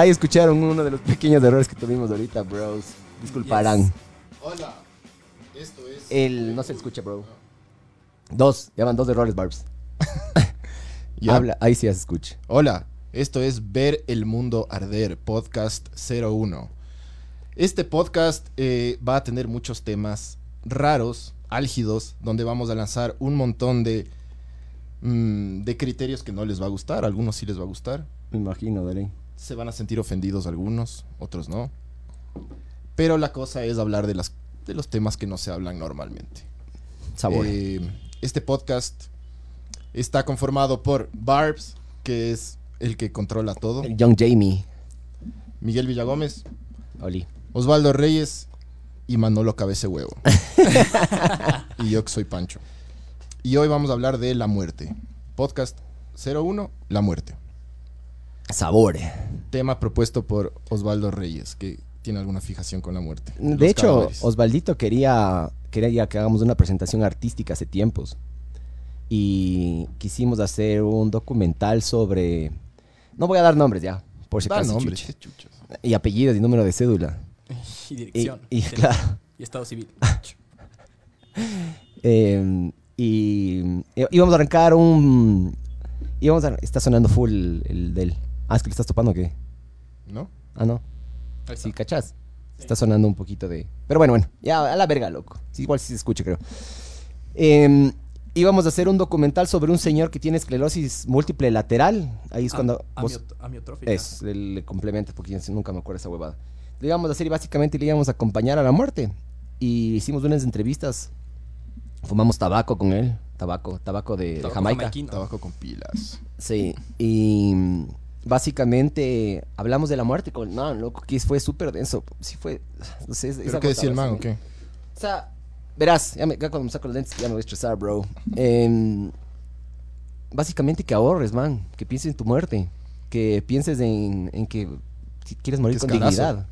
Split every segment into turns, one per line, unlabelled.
Ahí escucharon uno de los pequeños errores que tuvimos ahorita, bros. Disculparán.
Hola, esto es...
El no se escucha, bro. Dos, ya van dos errores, Barbs. Habla, ahí sí ya se escucha.
Hola, esto es Ver el Mundo Arder, podcast 01. Este podcast eh, va a tener muchos temas raros, álgidos, donde vamos a lanzar un montón de, mm, de criterios que no les va a gustar, algunos sí les va a gustar,
Me imagino, Dale.
se van a sentir ofendidos algunos, otros no. Pero la cosa es hablar de, las, de los temas que no se hablan normalmente.
Sabor.
Eh, este podcast está conformado por Barbs, que es el que controla todo,
El Young Jamie.
Miguel Villagómez,
Oli.
Osvaldo Reyes y Manolo Cabece Huevo. y yo que soy Pancho. Y hoy vamos a hablar de la muerte. Podcast 01, la muerte.
Sabor.
Tema propuesto por Osvaldo Reyes, que tiene alguna fijación con la muerte.
De
Los
hecho,
cadáveres.
Osvaldito quería, quería que hagamos una presentación artística hace tiempos. Y quisimos hacer un documental sobre. No voy a dar nombres ya, por si
Da
acaso.
nombres,
chucha.
qué chuchos.
Y apellidos y número de cédula.
Y
Y,
dirección.
y
Sí.
claro. Ah,
Y estado civil.
eh, y eh, íbamos a arrancar un. Íbamos a- está sonando full el, el del. Ah, es que le estás topando o qué?
¿No?
Ah, no.
Ahí
Sí,
está.
¿cachás? Está sonando un poquito de... Pero bueno, bueno, ya a la verga, loco. Sí, igual sí se escucha, creo. Em, íbamos a hacer un documental sobre un señor que tiene esclerosis múltiple lateral. Ahí es
Am-
cuando... vos-
amiot- amiotrófica.
es, le, le complementa, porque yo nunca me acuerdo esa huevada. Le íbamos a hacer y básicamente le íbamos a acompañar a la muerte. Y hicimos unas entrevistas. Fumamos tabaco con él. Tabaco, tabaco de, de
Tabaco
eh, Jamaica.
jamaiquino.
Tabaco con pilas.
Sí, y mm, básicamente hablamos de la muerte con... No, loco, que fue súper denso. Sí fue... No sé, es- es
¿Pero qué decía el man
agotador,
o qué?
O sea, verás, ya, me, ya cuando me saco los lentes ya me voy a estresar, bro. Em, básicamente que ahorres, man. Que pienses en tu muerte. Que pienses en, en que si quieres morir
Que es
con
carazo.
dignidad.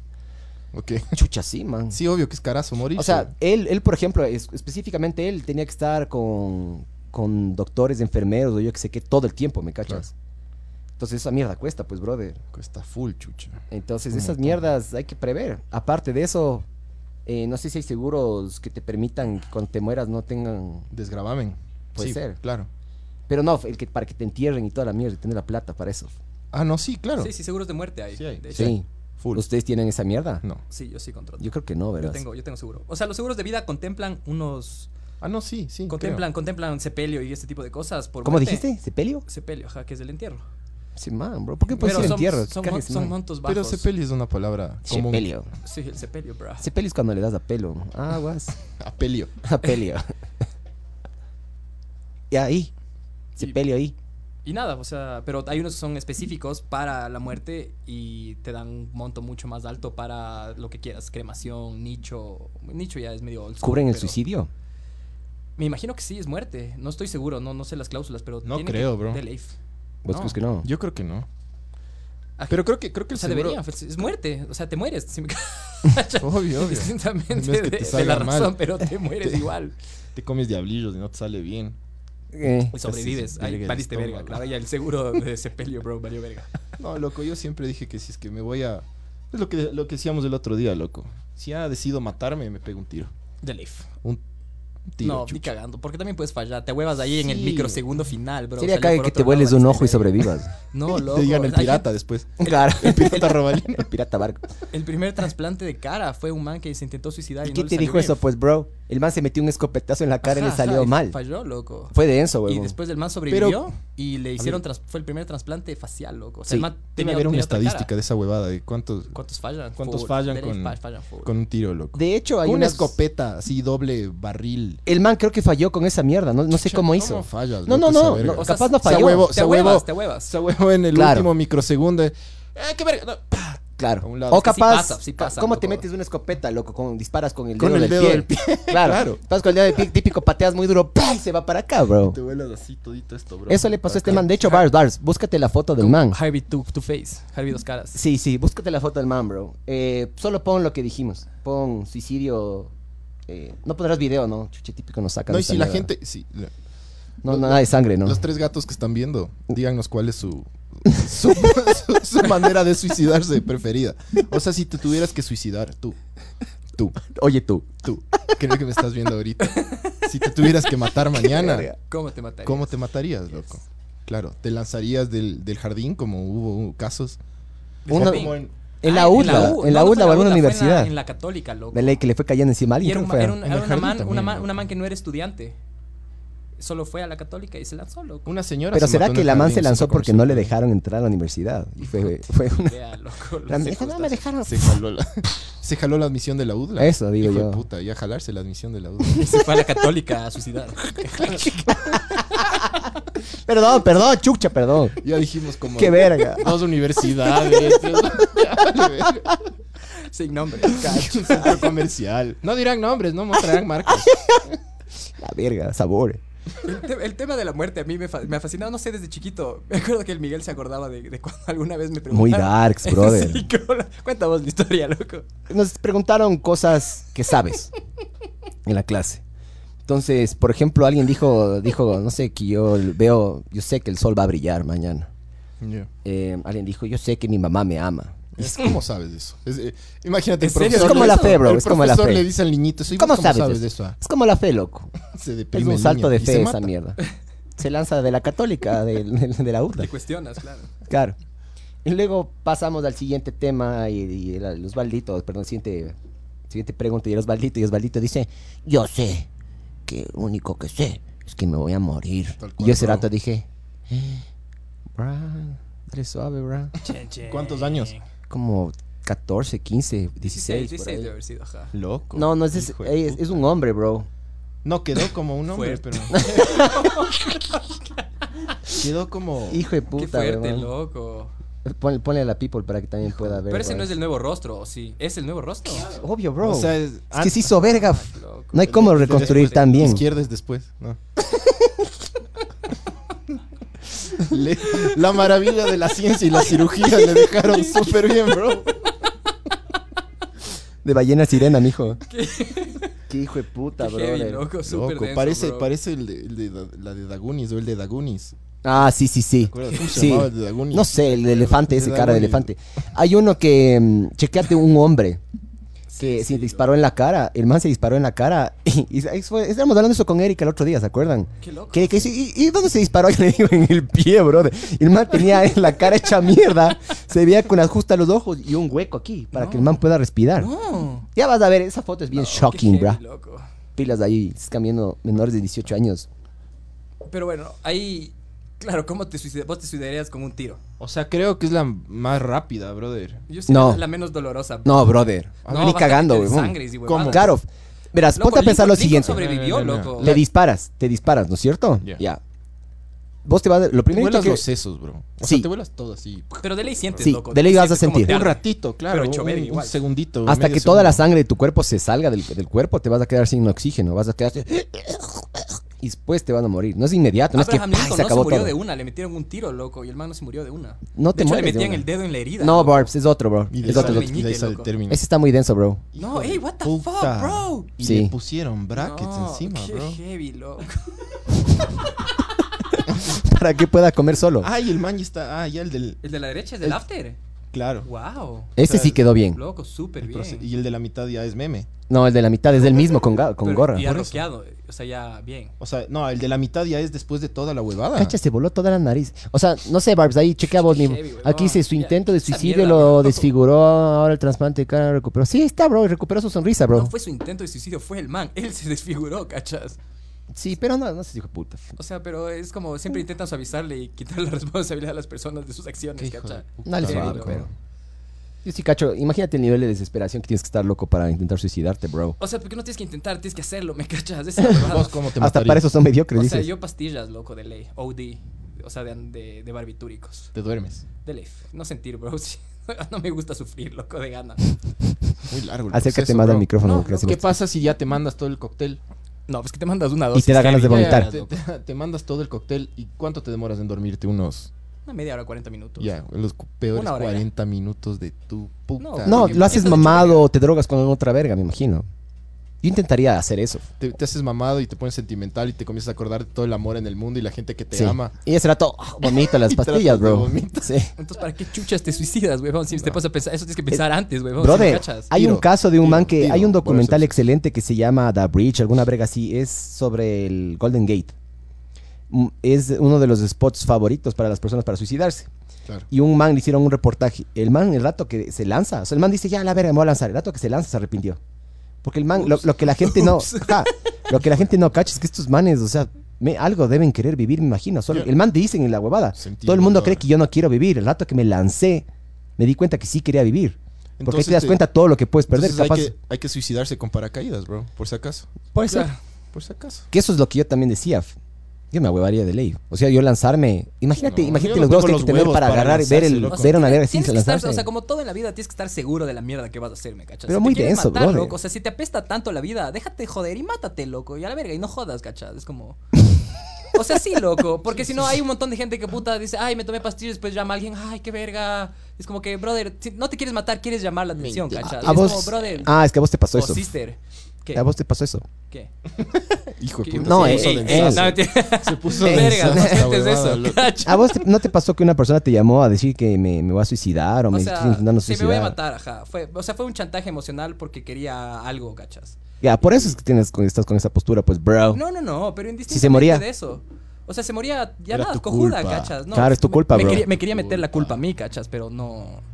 Ok.
Chucha, sí, man.
Sí, obvio que es carazo morir.
O sea, él, él por ejemplo, es- específicamente él tenía que estar con, con doctores, enfermeros o yo que sé qué todo el tiempo, ¿me cachas? Entonces esa mierda cuesta, pues, brother.
Cuesta full, chucha.
Entonces
Un
esas
montón.
mierdas hay que prever. Aparte de eso, eh, no sé si hay seguros que te permitan que cuando te mueras no tengan...
Desgravamen.
Puede ser.
Claro.
Pero no, el que, para que te entierren y toda la mierda, y tener la plata para eso.
Ah, no, sí, claro.
Sí, sí, seguros de muerte hay.
Sí hay.
de hecho.
Sí.
Full.
¿Ustedes tienen esa mierda?
No.
Sí, yo sí contrato.
Yo creo que no,
Yo
¿verdad?
tengo, yo tengo seguro. O sea, los seguros de vida contemplan unos.
Ah, no, sí, sí.
Contemplan, contemplan sepelio y este tipo de cosas. Por
¿Cómo
muerte.
dijiste? ¿Sepelio?
Sepelio, ajá, que es del entierro.
Pues Sí, man, bro. ¿Por qué puedes
Pero
ir
son,
entierro?
son,
Cajes,
mon- son
man.
montos
creo. Pero
bajos.
sepelio es una palabra común.
Sepelio.
Sí, el sepelio, bro.
Sepelio es cuando le das a pelo. Ah, guas.
Apelio.
A pelio. y ahí.
Y-
Sepelio ahí.
Y nada, o sea, pero hay unos que son específicos para la muerte y te dan un monto mucho más alto para lo que quieras, cremación, nicho. Nicho ya es medio. old school,
¿Cubren el
pero-
suicidio?
Me imagino que sí, es muerte. No estoy seguro, no, no sé las cláusulas, pero.
No
tiene que-
creo, bro.
De ley.
¿Vos
No,
crees que no?
Yo creo que no.
Ajá.
Pero creo que, creo que
O
el
sea,
seguro...
debería. pues, Es muerte. O sea, te mueres. Si me
Obvio, obvio.
Distintamente
No es que
de,
te
de la
salga mal.
razón, pero te mueres
Te-
igual.
Te comes diablillos y no te sale bien.
Eh,
Y sobrevives.
sí, verga
Ahí
el
valiste verga.
estómago.
Claro, ya el seguro de sepelio, bro, valió verga.
No, loco, yo siempre dije que si es que me voy a... Es lo que, lo que decíamos el otro día, loco. Si ha decidido matarme, me pego un tiro.
De leif.
Un un tiro,
no, ni
chucha.
cagando. Porque también puedes fallar. Te huevas ahí en el
Sí.
microsegundo final, bro.
Sería
Salió
cague
por
que
otro
te
lado,
vueles un
valiste
ojo y
verga.
sobrevivas.
No,
Y
loco.
Te digan el
hay gente-
pirata después.
Claro.
El pirata rabalino.
El pirata barco.
El primer trasplante de cara fue un man que se intentó suicidar.
¿Y
¿Y,
qué
no le
te
salió
dijo eso,
bien.
pues, bro? El man se metió un escopetazo en la cara y
Ajá,
le
ajá,
salió
y
mal.
Falló, loco.
Fue denso,
Y
huevón.
después del man sobrevivió y le hicieron
mí-
tras- fue el primer trasplante facial, loco. O sea,
Sí,
el man
Tiene
tenía
que haber una
tenía otra cara.
estadística de esa huevada de cuántos...
¿Cuántos fallan?
¿Cuántos
Full.
fallan
De ley
con-
fa- fallan full.
Con un tiro, loco.
De hecho, hay
Con una
unas-
escopeta así, doble barril.
El man creo que falló con esa mierda. No, no sé cómo hizo.
¿Cómo Pues, fallas,
No,
loco,
no,
esa
no,
verga?
no,
O sea,
capaz no
se
falló.
huevo-
Te
se
huevas,
huevo-
te huevas.
Se huevó en el
Claro.
último microsegundo. Eh, qué verga. no, pa,
Claro.
A un lado.
O
Es
que sí
capaz,
pasa, sí pasa,
¿cómo
loco.
te metes una escopeta, loco? Con, disparas con el
Con
dedo,
el
del,
dedo
pie.
del pie,
Claro.
claro.
Disparas con el dedo del pie, típico, pateas muy duro, ¡pah! y se va para acá, bro.
Te vuelas así todito esto, bro.
Eso le pasó a este man. De hecho, Bars, Bars, búscate la foto del man.
Harvey Two, Two Face. Harvey Dos Caras.
Sí, sí, búscate la foto del man, bro. Eh, solo pon lo que dijimos. Pon suicidio. eh, no pondrás video, ¿no? Chuche típico nos saca.
No,
de
y
esta
si la
mierda.
gente. sí, la-
No, nada de sangre, ¿no?
Los tres gatos que están viendo, díganos cuál es su. Su, su- su manera de suicidarse preferida. O sea, si te tuvieras que suicidar, tú, tú,
Oye, tú.
tú, creo que me estás viendo ahorita. Si te tuvieras que matar mañana,
¿Cómo te mataría?
¿cómo te matarías, loco? Claro, te lanzarías del, del jardín como hubo uh, casos.
Uno-
Como en-
en
Ah,
la UDLA, en la
no, no
UDLA o en una
fue UDLA, fue en la-
universidad.
En la Católica, loco.
De ley que le fue cayendo encima a
Y
alguien. creo
era, un-
que fue.
era un-
En
era
el
una,
jardín
man,
también,
una, man-
loco.
una man que no era estudiante. Solo fue a la Católica y se lanzó, loco.
Una señora.
Pero
se
será
mató en
que
el
la man
jardín,
se lanzó
sacó
porque no le
su-
dejaron entrar a la universidad. Y fue, fue una.
Vea, loco.
La
las
mierda, no me
circunstancias.
dejaron.
Se jaló la, se jaló la admisión de la UDLA.
Eso digo
Hijo de
yo.
puta, ya jalarse la admisión de la UDLA.
Y se fue a la Católica a suicidar.
Perdón, perdón, chucha, perdón.
Ya dijimos como.
Qué verga.
Dos universidades.
Sin nombre.
un centro comercial. No dirán nombres, no mostrarán marcas.
La verga, sabor.
El, te- el tema de la muerte a mí me, fa- me ha fascinado, no sé, desde chiquito. Me acuerdo que el Miguel se acordaba de, de cuando alguna vez me preguntaron.
Muy darks, brother.
Sí, ¿cómo la- cuenta vos la historia, loco.
Nos preguntaron cosas que sabes en la clase. Entonces, por ejemplo, alguien dijo, dijo, no sé, que yo veo, yo sé que el sol va a brillar mañana. Eh, alguien dijo, yo sé que mi mamá me ama.
Es- ¿Cómo sabes de eso? Es, eh, imagínate,
¿En serio?
profesor
Es como
le-
la fe, bro,
El
es como la
profesor
fe.
le dice al niñito, "Soy-
¿Cómo, sabes,
de
eso?
eso? Ah,
Es como la fe, loco.
Se
Es
deprime
un
el
salto
niño
de
y se
fe esa
mata.
mierda. Se lanza de la católica, del- del- de, la UDLA.
Te cuestionas, claro.
Claro. Y luego pasamos al siguiente tema y, y el, el Osvaldito, perdón, siguiente, siguiente pregunta y el Osvaldito, y Osvaldito dice, yo sé que lo único que sé es que me voy a morir.
Tal
Y
cual,
yo ese
bro.
rato dije, "Eh, bra, dale suave, bra.
¿Cuántos años?
Como 14, 15, 16.
16,
por
16
ahí.
debe haber sido, ajá.
Loco.
No, no, es, es,
hijo de
es-
puta.
es un hombre, bro.
No, quedó como un hombre,
Fuerte.
pero... quedó como...
Hijo de
Qué
puta,
fuerte,
weón.
loco.
Ponle, ponle a la people para que también pueda ver.
Pero ese no
bro.
es el nuevo rostro, ¿o sí? ¿Es el nuevo rostro?
Obvio, bro.
O sea,
es,
es-
que
antes-
se hizo verga.
Loco.
No hay cómo reconstruir
después de-
tan bien.
Izquierda es después, ¿no? Le- la maravilla de la ciencia y la cirugía le dejaron súper bien, bro.
De ballena sirena, mijo. ¿Qué? hijo de puta,
Qué heavy,
brother.
loco, súper
Loco,
denso,
parece,
bro.
parece el de, el de Da- la de Dagunis o el de Dagunis.
Ah, sí, sí, sí.
¿Recuerdas cómo se
Sí.
llamaba el de Dagunis?
No sé, el elefante,
El
ese cara de
Dagunis.
elefante. Hay uno que. mm, Chequeate un hombre. Que se disparó en la cara. El man se disparó en la cara. Y, y ahí fue- estábamos hablando eso con Erika el otro día, ¿se acuerdan?
Qué loco.
Que, que dice, ¿y, y dónde se disparó? Y le digo, en el pie, brother. Y el man tenía la cara hecha mierda. Se veía con ajusta los ojos y un hueco aquí para que el man pueda respirar.
No.
Ya vas a ver, esa foto es bien
Qué
shocking,
heavy,
bro.
loco.
Pilas de ahí, estás cambiando menores de 18 años.
Pero bueno, ahí... Claro, ¿cómo te suicidas? Vos te suicidarías con un tiro.
O sea, creo que es la más rápida, brother.
Yo sé
No.
la menos dolorosa.
No, brother.
No,
Ni
vas a
cagando,
meter
weón.
sangres y huevadas.
¿Cómo? Claro. Verás,
Loco,
ponte a pensar
Lincoln-
lo
Lincoln
siguiente.
sobrevivió,
No, no, no,
loco.
no.
Te disparas, te disparas, ¿no es cierto?
Ya.
Ya. Vos te vas... a- Lo
Te
primero
vuelas
que...
los sesos, bro. O
Sí.
sea, te vuelas todo así.
Pero de ley sientes,
Sí,
loco.
de ley
ley
vas a
sientes cómo
sentir.
te
Un
arde.
ratito, claro.
Pero hecho
un-
verga
un,
igual.
segundito.
Hasta
medio
que toda la
segundo.
sangre de tu cuerpo se salga del, del cuerpo, te vas a quedar sin oxígeno, vas a quedarte... Y después te van a morir. No es inmediato, no es
Abraham
que ¡pah!
Lincoln
se
no
acabó
se murió
todo.
de una, le metieron un tiro, loco, y el man no se murió de una.
No
de
te
hecho, le
mueres de
metían
una.
el dedo en la herida.
No,
loco.
Barbs, es otro, bro.
Y de
Es
ahí
otro.
sale-
es
otro.
y de ahí sale el
Loco.
término.
Ese está muy denso, bro.
No, ey, what the fuck,
Puta.
bro.
Y
Sí.
le pusieron brackets
No,
encima,
qué
bro.
heavy, loco.
Para que pueda comer solo.
Ay, el man ya está. Ah, ya el del.
El de la derecha es del
El-
after.
Claro.
Wow.
Ese sí quedó bien.
Loco, súper
El
bien.
proce- Y el de la mitad ya es meme.
No, el de la mitad es el mismo con, ga- con
Pero-
gorra.
Y ya
Por eso.
roqueado, o sea, ya bien.
O sea, no, el de la mitad ya es después de toda la huevada.
Cacha, se voló toda la nariz. O sea, no sé, Barbs, ahí chequea vos.
Qué
mi-
heavy, huevón.
Aquí dice su
Ya,
intento de
esa
suicidio
mierda,
lo
loco.
desfiguró. Ahora el trasplante de cara recuperó. Sí, está, bro. y Recuperó su sonrisa, bro.
No fue su intento de suicidio, fue el man. Él se desfiguró, cachas.
Sí, pero no, no se dijo puta.
O sea, pero es como siempre intentan suavizarle y quitar la responsabilidad a las personas de sus
Qué
acciones,
hijo de
cachas.
puta,
No les
Heavy,
va,
loco.
pero. Yo sí, cacho. Imagínate el nivel de desesperación que tienes que estar loco para intentar suicidarte, bro.
O sea, porque no tienes que intentar, tienes que hacerlo, me cachas. Esa huevada.
¿Vos cómo te
Hasta
matarías?
para eso son mediocres,
O
dices.
sea, yo pastillas, loco, de ley. OD. O sea, de, de, de barbitúricos.
Te duermes.
De ley. No sentir, bro. sí. hueva, no me gusta sufrir, loco, de gana.
Muy largo. el
Acércate
proceso,
más al
bro.
micrófono.
No,
porque
no,
así
¿Qué
me-
pasa si ya te mandas todo el cóctel?
No, pues que te mandas una
Y
dosis.
te da ganas de
heavy, ya
vomitar.
verás,
Te,
loco.
te- te mandas todo el cóctel y ¿cuánto te demoras en dormirte? Unos.
Una media hora, 40 minutos.
Ya, los cu- peores
Una hora ya.
40 minutos de tu puta.
No,
porque
lo haces
empiezas de
mamado,
churro.
te drogas con otra verga, me imagino. Yo intentaría hacer eso.
Te, te haces mamado y te pones sentimental y te comienzas a acordar de todo el amor en el mundo y la gente que te
Sí.
ama.
Y ese rato, ah, vomito las
Y tratas
pastillas,
de
bro.
vomitar.
Sí.
Entonces, ¿para qué chuchas te suicidas, huevón? Si te vas a pensar, eso tienes que pensar antes, huevón. si me
Brother,
cachas.
hay un
Tiro,
caso de un
tiro,
man que.
tiro.
Hay un
Bueno,
documental
sí, sí.
excelente que se llama The Bridge, alguna verga así. Es sobre el Golden Gate. Mm, Es uno de los spots favoritos para las personas para suicidarse.
Claro.
Y un man le hicieron un reportaje. El man, el rato que se lanza, o sea, el man dice, ya la verga, me voy a lanzar. El rato que se lanza se arrepintió. Porque el man, lo, lo que la gente no. Ajá, lo que la gente no cacha es que estos manes, o sea, me- algo deben querer vivir, me imagino. Solo,
Yo-
el man dicen en la huevada.
Sentí
Todo el mundo
dolor.
cree que yo no quiero vivir. El rato que me lancé, me di cuenta que sí quería vivir. Porque ahí
Entonces
te das
te-
cuenta todo lo que puedes perder.
Entonces
Capaz,
hay, que, hay que suicidarse con paracaídas, bro. Por si acaso.
puede ser.
Claro.
Por si acaso.
Que eso es lo que yo también decía. f- Yo me huevaría de ley. O sea, yo lanzarme. Imagínate,
No,
imagínate
yo
los
no
huevos que hay
tengo
que
los
tener
huevos
para
para
agarrar, ver,
lanzarse,
el,
loco.
ver una verga sin
Tienes que estar,
lanzarse.
o sea, como todo en la vida, tienes que estar seguro de la mierda que vas a hacer, ¿me cachas?
Pero
Si te
muy
quieres
denso,
matar,
brother.
loco, O sea, si te apesta tanto la vida, déjate joder y mátate, loco. Y a la verga, y no jodas, ¿cachas? Es como... O sea, sí, loco. Porque si no, hay un montón de gente que puta dice, ay, me tomé pastillas, después llama a alguien, ay, qué verga. Es como que, brother, si no te quieres matar, quieres llamar la atención, ¿cachas?
A
es
vos-
como, brother,
ah, es que a vos te pasó
o
eso.
sister. ¿Qué?
A vos te pasó eso.
¿Qué?
Hijo de
¿Qué?
puta.
No,
se
eh, eh,
puso densazo.
él.
no, mentira.
Se puso
Verga, no
densazo esta
sientes
huevada,
eso,
loco.
¿cachas?
¿A vos te- no te pasó que una persona te llamó a decir que me, me voy a suicidar o,
O
me
sea,
estoy intentando
sí,
suicidar?
me voy a matar, ajá. Fue, o sea, fue un chantaje emocional porque quería algo, ¿cachas?
Ya, por eso es que tienes, con- estás con esa postura, pues, bro.
No, no, no, pero indistintamente
se moría.
de eso. O sea, se moría ya
Era
nada,
tu
cojuda,
culpa.
cachas. No,
Claro, es tu
me-
culpa,
me
bro.
Quería, me quería meter la culpa a mí, cachas, pero no.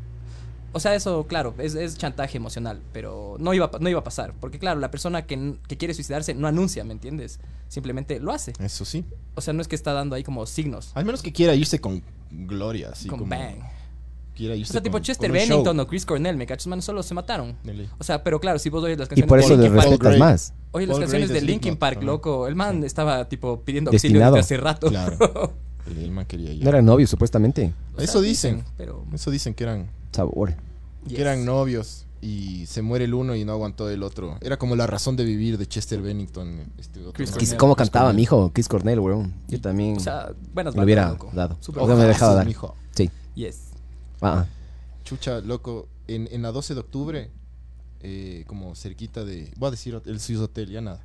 O sea, eso, claro, es, es chantaje emocional, pero no iba, a pa- no iba a pasar. Porque, claro, la persona que, n- que quiere suicidarse no anuncia, ¿me entiendes? Simplemente lo hace.
Eso sí.
O sea, no es que está dando ahí como signos.
Ah,
Al menos que quiera irse con gloria, así
con
como
bang.
quiera
O
este
irse
sea, tipo
con-
Chester
con un show.
Bennington o Chris Cornell, ¿me cachas? Man, solo se mataron.
Dele.
O sea, pero claro, si vos oyes las
Y
canciones
por
de
eso le
Linkin Park-
respetas
Grey.
más.
Oye, las
Paul
canciones
Grey
de
de
Linkin
Slipknot
Park,
también.
loco. El man estaba, tipo, pidiendo auxilio
Destinado.
desde hace rato.
Claro.
bro.
El Ilman quería ir.
No eran novios, supuestamente.
O sea,
Eso dicen.
Pero.
Eso dicen que eran,
Sabor.
yes.
que eran novios y se muere el uno y no aguantó el otro. Era como la razón de vivir de Chester Bennington. Este otro
Chris
man.
Kiss-
Cornell,
¿Cómo
Chris
cantaba,
Cornell.
mi hijo? Kiss Cornell, weón. Yo también
O sea, buenas
me lo hubiera
bandas, loco.
dado.
Super
O sea, me
bandas.
dejaba dar.
Mijo.
Sí.
Yes.
Ah, ah.
Chucha, loco, en, en la 12 de octubre, eh, como cerquita de. Voy a decir hot- el Swiss Hotel, ya nada.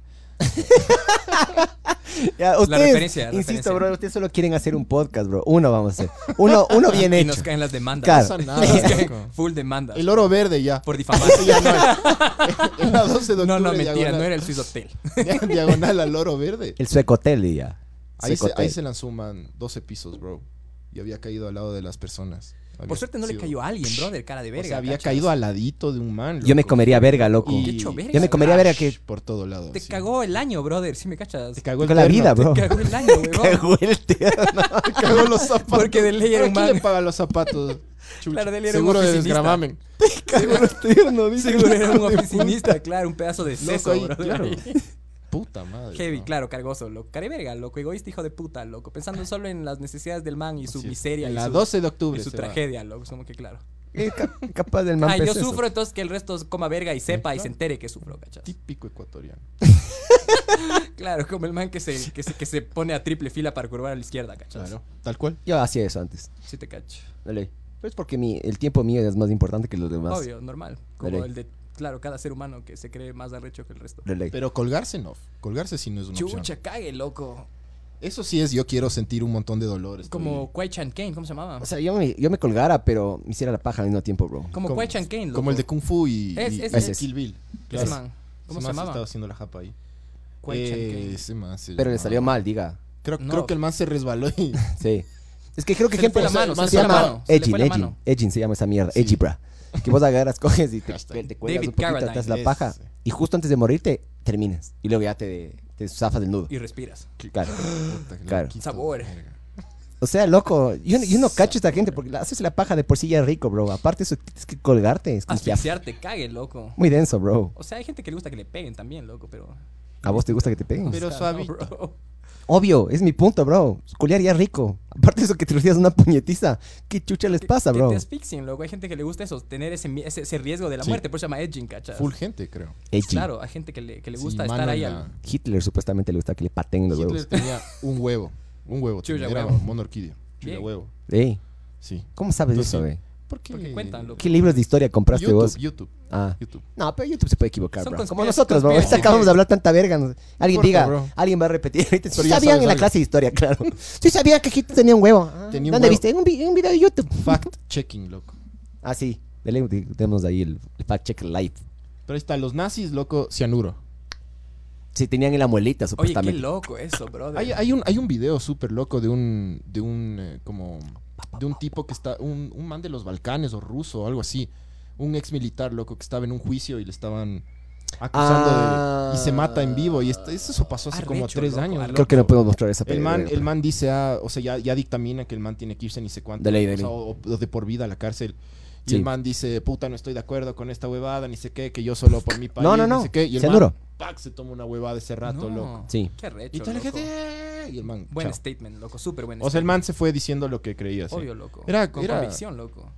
Ya, ustedes,
referencia, la
insisto,
referencia.
bro, ustedes solo quieren hacer un podcast, bro. Uno vamos a hacer. Uno, uno bien
Y
hecho.
nos caen las demandas.
Claro.
No pasa
Nos
nada,
caen
loco.
Full demandas.
El oro verde ya.
Por difamación.
Ya no hay. En la 12 de octubre.
no, no, mentira,
diagonal,
no era el Swiss Hotel.
diagonal al oro verde.
El suecotel ya.
Ahí se,
Suecotel.
ahí se lanzó un man, 12 pisos, bro. Y había caído al lado de las personas. Había
Por suerte no le
sido-
cayó a alguien, brother, cara de
O
verga.
sea, había
¿cachas?
caído al ladito de un man.
Yo me
loco.
comería verga, loco.
Y-
Qué hecho verga,
Yo me comería verga que...
Por todo lado.
Te
sí.
cagó el año, brother, si me cachas.
Te
Te
cagó el
Con la
terno,
vida,
te
bro.
cagó el año, weón.
Cagó el tierno.
cagó los zapatos.
Porque de ley era
¿A
un
quién
man.
le paga los zapatos? Chucha.
Claro, de ley era un
Seguro de
oficinista.
desgramamen.
Cagó el tierno, dice.
Seguro era un oficinista, claro, un pedazo de seso,
ahí,
brother.
claro.
ahí.
Puta madre.
Heavy,
¿no?
claro, cargoso, loco. Careverga, loco, egoísta, hijo de puta, loco. Pensando solo en las necesidades del man y su
Así es.
miseria
En
y
La
su,
12 de octubre.
y su
se va.
tragedia, loco. Es como que claro.
Es cap- Eh, capaz del man
Ah, yo
pez eso.
sufro, entonces que el resto coma verga y sepa y se entere que sufro, ¿cachas?
Típico ecuatoriano.
Claro, como el man que se, que se, que se pone a triple fila para curvar a la izquierda, ¿cachas?
Claro. Tal cual.
Yo hacía eso antes.
Sí te cacho.
Dale. Pero es porque mi, el tiempo mío es más importante que los demás.
Obvio, normal. Como
Dale.
el de, claro, cada ser humano que se cree más arrecho que el resto.
Dale.
Pero colgarse no. Colgarse sí no es una opción.
Chucha, cague, loco.
Eso sí es yo quiero sentir un montón de dolores.
Como Kwai Chan Kane, ¿cómo se llamaba?
O sea, yo me, yo me colgara, pero me hiciera la paja al mismo tiempo, bro.
como
como-
Kwai Chan Kane, loco.
Como el de Kung Fu y,
Es-
y-
es-
y
es-
Kill Bill.
Ese man. ¿Cómo
Ese man estaba
se llamaba?
haciendo la japa ahí.
Kwai Chan Kane.
Eh, ese man se
Pero le
llamaba.
salió mal, diga.
Creo,
No.
creo que el man se resbaló y.
Sí. Es que creo que
Se le
gente
fue la mano, se
se,
le fue la
llama
mano, se le
edging,
fue la
edging,
mano.
edging se llama esa mierda,
Sí.
edgy bra. Que vos agarras, coges y te,
Hashtag.
te cuelgas
David
un poquito,
Carradine.
te haces la
Ese.
paja y justo antes de morirte terminas y luego ya te, te zafas del nudo.
Y respiras.
Claro.
Puta, que
Claro.
loquito,
Sabor.
verga.
O sea, loco, yo, yo no cacho a esta gente porque la- haces la paja de por sí ya es rico, bro. Aparte eso tienes que colgarte, es como que ya-
Asfixiarte, cague, loco.
muy denso, bro.
O sea, hay gente que le gusta que le peguen también, loco, pero.
A vos te gusta que te peguen.
Pero
o sea, no,
suavito.
bro.
Obvio, es mi punto, bro. Culear ya es rico. Aparte de eso que te es una puñetiza. ¿Qué chucha les pasa,
que
bro?
te asfixien, loco. Hay gente que le gusta eso, tener ese, mi- ese, ese riesgo de la
Sí.
muerte. Por eso se llama edging, ¿cachas?
Full gente, creo.
Edgy.
Claro, hay gente que le, que le
Sí,
gusta
mano
estar ahí
en
al...
la-
Hitler supuestamente le gusta que le pateen los
Hitler
huevos.
tenía un huevo. Un huevo.
Chulla
tenía, Era
huevo.
mono orquídea. Chulla
Bien.
huevo.
Ey,
Sí.
¿cómo sabes
Yo
eso,
sí.
güey?
Porque,
Porque cuentan, loco.
¿Qué libros de historia compraste
YouTube,
vos?
YouTube.
Ah.
YouTube.
No, pero YouTube se puede equivocar,
Son
bro. Como
conspira-
nosotros, bro.
conspira-
acabamos de hablar tanta verga. no- Alguien
importa,
diga,
bro.
alguien va a repetir. ahorita, Sí
Pero ya
sabían
sabes
en la
algo.
claro. clase de historia, claro. Sí sabían que Hitler tenía un huevo. Ah,
Tenía un
¿Dónde
huevo.
viste? En un, vi- en un video de YouTube.
Fact checking, loco.
Ah, sí. Dele- Tenemos ahí el, el fact check live.
Pero ahí está, los nazis, loco, cianuro.
Sí, tenían en la muelita,
Oye, qué
supuestamente.
loco eso, brother.
Hay, hay un, hay un video súper loco de un. de un. eh, como. de un tipo que está. Un, un man de los Balcanes o ruso o algo así. Un ex militar, loco, que estaba en un juicio y le estaban acusando
Ah.
de. y se mata en vivo. Y este- eso pasó hace como
Arrecho,
tres
loco,
años.
arrecho.
Creo que no podemos mostrar esa
El
película,
man,
pero-
el man dice, ah, o sea, ya, ya dictamina que el man tiene que irse ni sé cuánto.
De ley, de
o, sea,
ley.
o- o de por vida a la cárcel. Y
Sí.
el man dice, puta, no estoy de acuerdo con esta huevada, ni sé qué, que yo solo por mi país,
no, no.
ni sé qué. Y el
Cianuro.
man, pac, se toma una huevada ese rato,
No.
loco.
Sí.
Qué arrecho,
Y toda la
loco.
gente, "Eh", y el man,
Buen
chao.
statement, loco. Súper buen
O sea, el
statement.
man se fue diciendo lo que creía, sí.
Obvio, loco.
Era-
Con
era-
convicción, loco.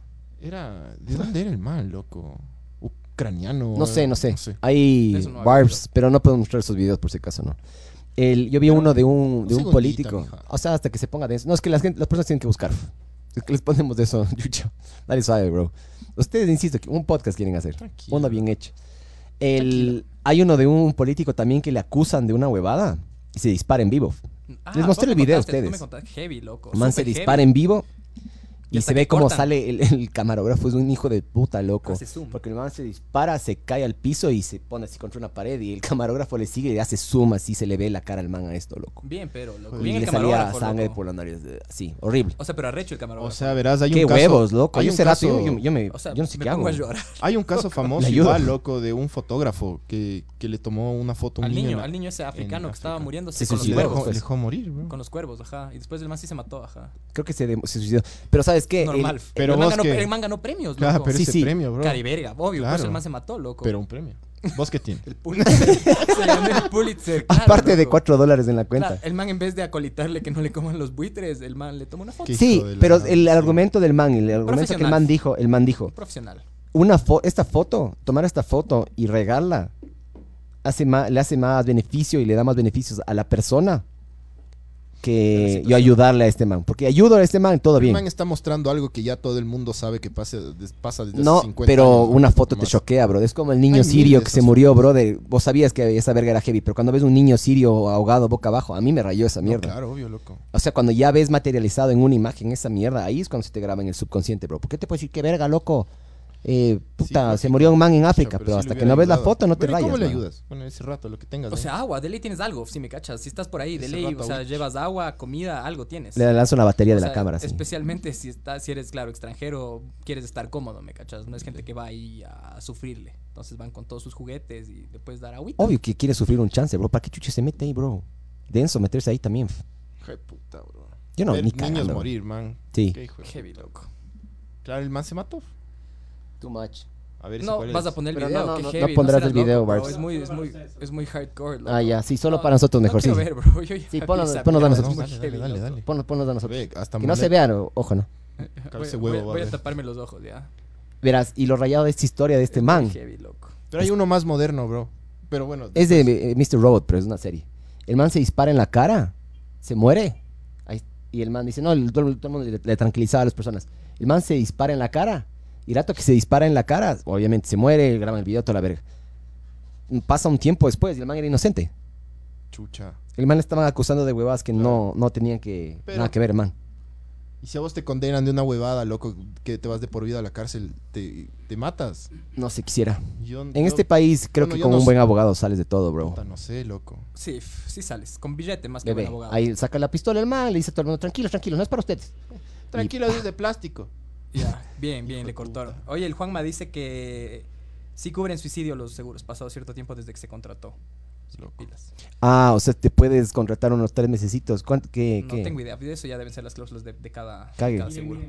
Era, ¿de dónde era el man, loco? Ucraniano.
No sé,
eh,
no sé. Hay
Eso no había
barbs, pero no puedo mostrar esos videos por si acaso, ¿no? El, yo vi uno de un, de un
segundito,
político.
mija.
O sea, hasta que se ponga denso. No, es que las, gen- las personas tienen que buscar. Es que les ponemos de eso, Yucho. Dale suave, bro. Ustedes, insisto, que un podcast quieren hacer.
Tranquilo.
Uno bien hecho. El, hay uno de un político también que le acusan de una huevada y se dispara en vivo.
Ah,
Les mostré
vos
el
me
video a
contaste, tú
ustedes.
me contaste. Heavy, loco.
El man se
súper heavy.
dispara en vivo
Y
y
hasta
se ve
que
cómo
cortan.
sale el, el camarógrafo. Es un hijo de puta loco.
Hace zoom.
Porque el man se dispara, se cae al piso y se pone así contra una pared. Y el camarógrafo le sigue y le hace zoom así. Se le ve la cara al man a esto, loco.
Bien, pero, loco.
y
Bien el
le salía
camarógrafo,
sangre
loco.
por la nariz. eh, Así, horrible.
O sea, pero arrecho el camarógrafo.
O sea, verás, hay
Qué
un caso...
huevos, loco.
Hay
Yo,
un
será
caso,
yo, yo me,
O sea,
yo no sé
me
qué
pongo
hago.
a llorar.
Hay un caso famoso
ayuda.
igual, loco, de un fotógrafo que, que le tomó una foto a un
Al
niño.
niño,
en-
al niño ese africano que estaba
África.
muriéndose
Se
con los
Le
suicidó.
cuervos.
dejó,
pues.
le dejó morir, bro.
Con los cuervos, ajá. Y después el man sí se mató, ajá.
Creo que se, dem- se suicidó. Pero ¿sabes qué? El-
Normal.
Eh, pero
el, man
vos
ganó,
que-
el man ganó premios,
Claro,
loco.
pero
Sí,
ese
sí.
premio, bro.
Cariberga, obvio. Por eso
Claro.
el man se mató, loco.
Pero un premio. ¿Vos qué tienes?
El Pulitzer. se ganó el Pulitzer. claro,
aparte de
loco.
4 dólares en la cuenta.
Claro, el man en vez de acolitarle que no le coman los buitres, el man le toma una foto.
Qué
Sí,
hijo de la
pero
gran-
el argumento del man, el argumento que el
Profesional.
man dijo, el man dijo,
Profesional.
una fo- esta foto, tomar esta foto y regarla, hace ma- le hace más beneficio y le da más beneficios a la persona que yo ayudarle a este man. Porque ayudo a este man, todo
El
bien.
man está mostrando algo que ya todo el mundo sabe que pase, des- pasa desde hace
No,
50
pero
años,
una
¿no?
foto te
Más.
choquea, bro. Es como el niño
Hay mil
sirio
de
que se
esas
murió, bro. de- vos sabías que esa verga era heavy, pero cuando ves un niño sirio ahogado boca abajo, a mí me rayó esa
No,
mierda.
claro, obvio, loco.
O sea, cuando ya ves materializado en una imagen esa mierda, ahí es cuando se te graba en el subconsciente, bro. ¿Por qué te puedes decir que verga, loco? Eh, puta,
porque-
se murió un man en
Pucha,
África, pero,
sí le
hasta que
hubiera
no ves la
ayudado.
foto no te
Bueno, ¿y
rayas.
¿Cómo le
man.
ayudas? Bueno, ese rato, lo que tengas.
O
¿no?
sea, agua, de ley tienes algo, si me cachas. Si estás por ahí, de
Ese
ley,
rato
o sea,
ahorita.
llevas agua, comida, algo tienes.
Le lanzo la batería
O
de la
sea,
cámara, sí.
Especialmente si, está, si eres, claro, extranjero, quieres estar cómodo, ¿me cachas? No es gente que va ahí a sufrirle. Entonces van con todos sus juguetes y le puedes dar agüita.
Obvio que quiere sufrir un chance, bro. ¿Para qué chuche se mete ahí, bro? Denso meterse ahí también. f.
Hijo de puta, bro.
Yo no,
Ver
ni
niños
cagando.
morir, man.
Sí.
Qué hijo de-
Heavy, loco.
Claro, el man se mató.
Too much.
A ver, ese
No,
cuál
vas
es.
a poner el
Pero
video,
no, no,
qué
no.
heavy.
No pondrás
seas
el video,
loco, bro.
Barbs.
Es muy, es muy, es muy hardcore, loco.
Ah, ya, sí, solo
No,
para nosotros mejor, sí.
no quiero ver, bro. Yo ya
Sí,
vi
ponlo-
esa
ponlo de
mierda,
nosotros.
es muy
Dale, dale,
heavy,
dale,
loco.
dale.
Ponlo, ponlo a nosotros.
Ve, hasta
Que no se
Monet-
vea, o- ojo, no.
Voy,
Ese
voy-
huevo,
voy a
vale.
taparme los ojos, ya.
Verás, y lo rayado de esta historia de este
Es muy
man.
Heavy, loco.
Pero hay uno más moderno, bro. Pero bueno,
Es de eh, Mr. Robot, pero es una serie. El man se dispara en la cara, se muere. Ahí- y el man dice, no, el- todo, el- todo el mundo le, le tranquilizaba a las personas. El man se dispara en la cara. Y rato que se dispara en la cara, obviamente se muere, graban el video, toda la verga. Pasa un tiempo después y el man era inocente.
chucha.
El man le estaban acusando de huevadas que no, no tenían que,
Pero-
nada que ver, man.
Y si a vos te condenan de una huevada, loco, que te vas de por vida a la cárcel, te, te matas.
No se quisiera.
Yo-
En
yo-
este país creo
bueno,
que
yo
con
no
un
sé.
buen abogado sales de todo, bro.
Puta, no sé, loco.
Sí, f- sí sales. Con billete más que buen
Bebé,
abogado.
ahí saca la pistola el man, le dice a todo el mundo, tranquilo, tranquilo, no es para ustedes.
Tranquilo, es de plástico.
Ya, bien, bien, le
Hijo de
cortaron. Oye, el Juanma dice que sí cubren suicidio los seguros, pasado cierto tiempo desde que se contrató.
pues, Loco.
Pilas.
Ah, o sea, te puedes contratar unos tres mesecitos. ¿Cuánto? ¿Qué?
No
qué?
tengo idea, de eso ya deben ser las cláusulas de, de cada, de
Cague.
cada seguro.